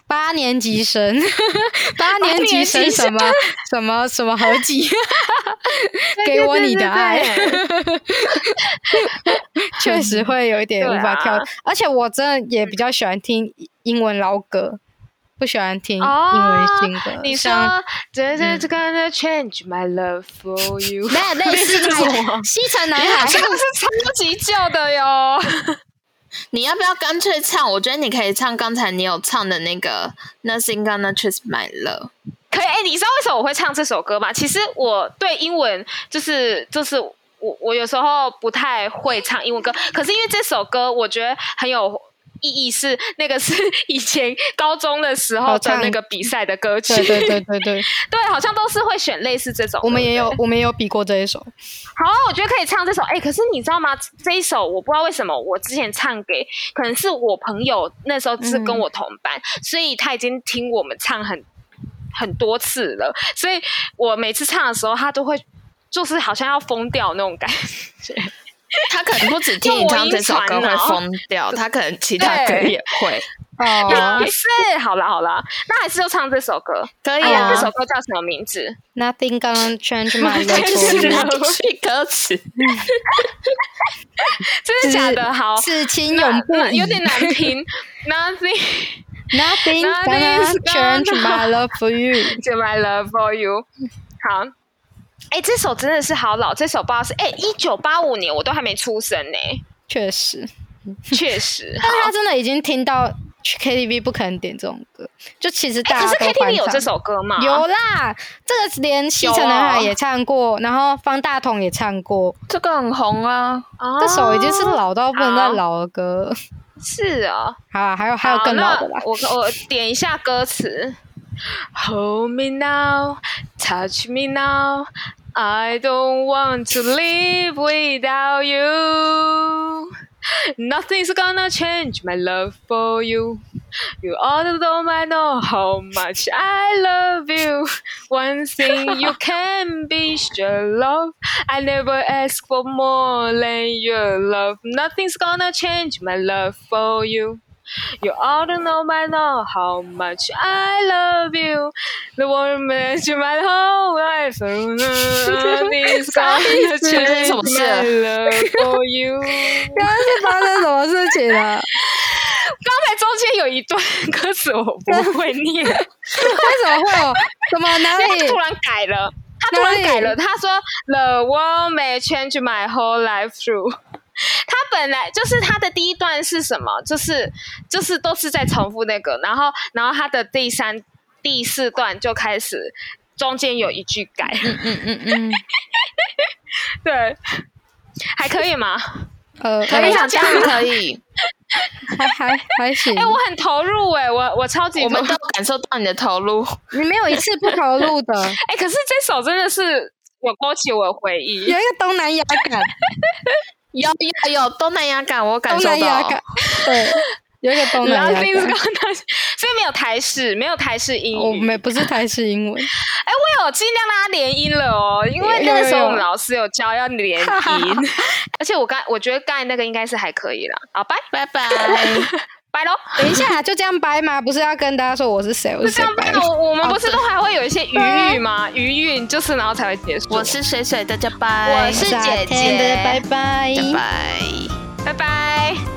八年级生， 八年级生年级什么什么什么合 集，给我你的爱，确实会有一点对无法跳。啊而且我真的也比较喜欢听英文老歌，不喜欢听英哦文新歌。你说像 This is gonna change my love for you，没有类似这那种吗种西城男孩，这个是超级旧的哟。 你要不要干脆唱？我觉得你可以唱刚才你有唱的那个《Nothing Gonna Change My Love》。可以，哎、你知道为什么我会唱这首歌吗？其实我对英文就是就是我我有时候不太会唱英文歌，可是因为这首歌我觉得很有。意义是那个是以前高中的时候好的唱那个比赛的歌曲，对对对对对，对好像都是会选类似这种。我们对也不对有我们也有比过这一首， 好，我觉得可以唱这首。哎、可是你知道吗？这一首我不知道为什么，我之前唱给可能是我朋友那时候是跟我同班，嗯所以他已经听我们唱很很多次了，所以我每次唱的时候，他都会就是好像要疯掉那种感觉。他可能不止听你唱这首歌会疯掉，他可能其他歌也会。哦 也是，好啦好啦，那还是就唱这首歌。可以哎呀，啊，这首歌叫什么名字？ ，Nothing gonna change my 但 love 是 for you 你去歌词，真的假的？好，此情那永不那有移点难听。Nothing。 Nothing Nothing's gonna gonna- change my love for you。 To My Love for You。好，哎、这首真的是好老，这首不知道是哎，一九八五年我都还没出生呢、 确实，确实。但他真的已经听到去 KTV 不可能点这种歌，就其实哎、大家可是都 KTV 翻有唱这。首歌吗？有啦，这个连西城男孩也唱过，然后方大同也唱过， 这个很红啊。哦，这首已经是老到不能再好老的歌。是哦，好啊，还有还有好更那老的啦。我我点一下歌词。Hold me now, touch me now, I don't want to live without you. Nothing's gonna change my love for you. You all don't I know how much I love you. One thing you can be sure of, I never ask for more than your love. Nothing's gonna change my love for you. You all don't know by now how much I love you. The woman that you my whole life. oh, Nothing's gonna 这是 change 什么事 my love for you. 刚刚是发生什么事情 了？ 刚才中间有一段歌词我不会念，为什么会有？怎么哪因为他里突？然改了。他突然改了，他说 The world may change my whole life through。他本来就是他的第一段是什么？就是就是都是在重复那个，然后然后他的第三、第四段就开始中间有一句改，嗯嗯嗯，对，还可以吗？呃，可以还啊，这样可以，还还还行哎、。我很投入哎、我我超级我们投入都感受到你的投入。你没有一次不投入 的，哎、可是这首真的是有勾起我的回忆，有一个东南亚感，有有有东南亚感，我感东受南亚到。感，对，有一哦个东南亚 Nothing's 感。 gonna- 所以没有台式，没有台式英语。我们不是台式英文，哎、我有尽量让它连音了哦，因为那个时有有候有我们老师有教要连音， 而且我刚我觉得刚才那个应该是还可以啦。好，拜拜拜，拜喽。等一下就这样掰吗？不是要跟大家说我是谁，我就是这谁样掰吧，吗？我我们不是都还会有一些余韵吗？余韵就是然后才会结束。我是哎水水，大家拜，我是夏姐姐天的拜拜。拜拜。拜拜。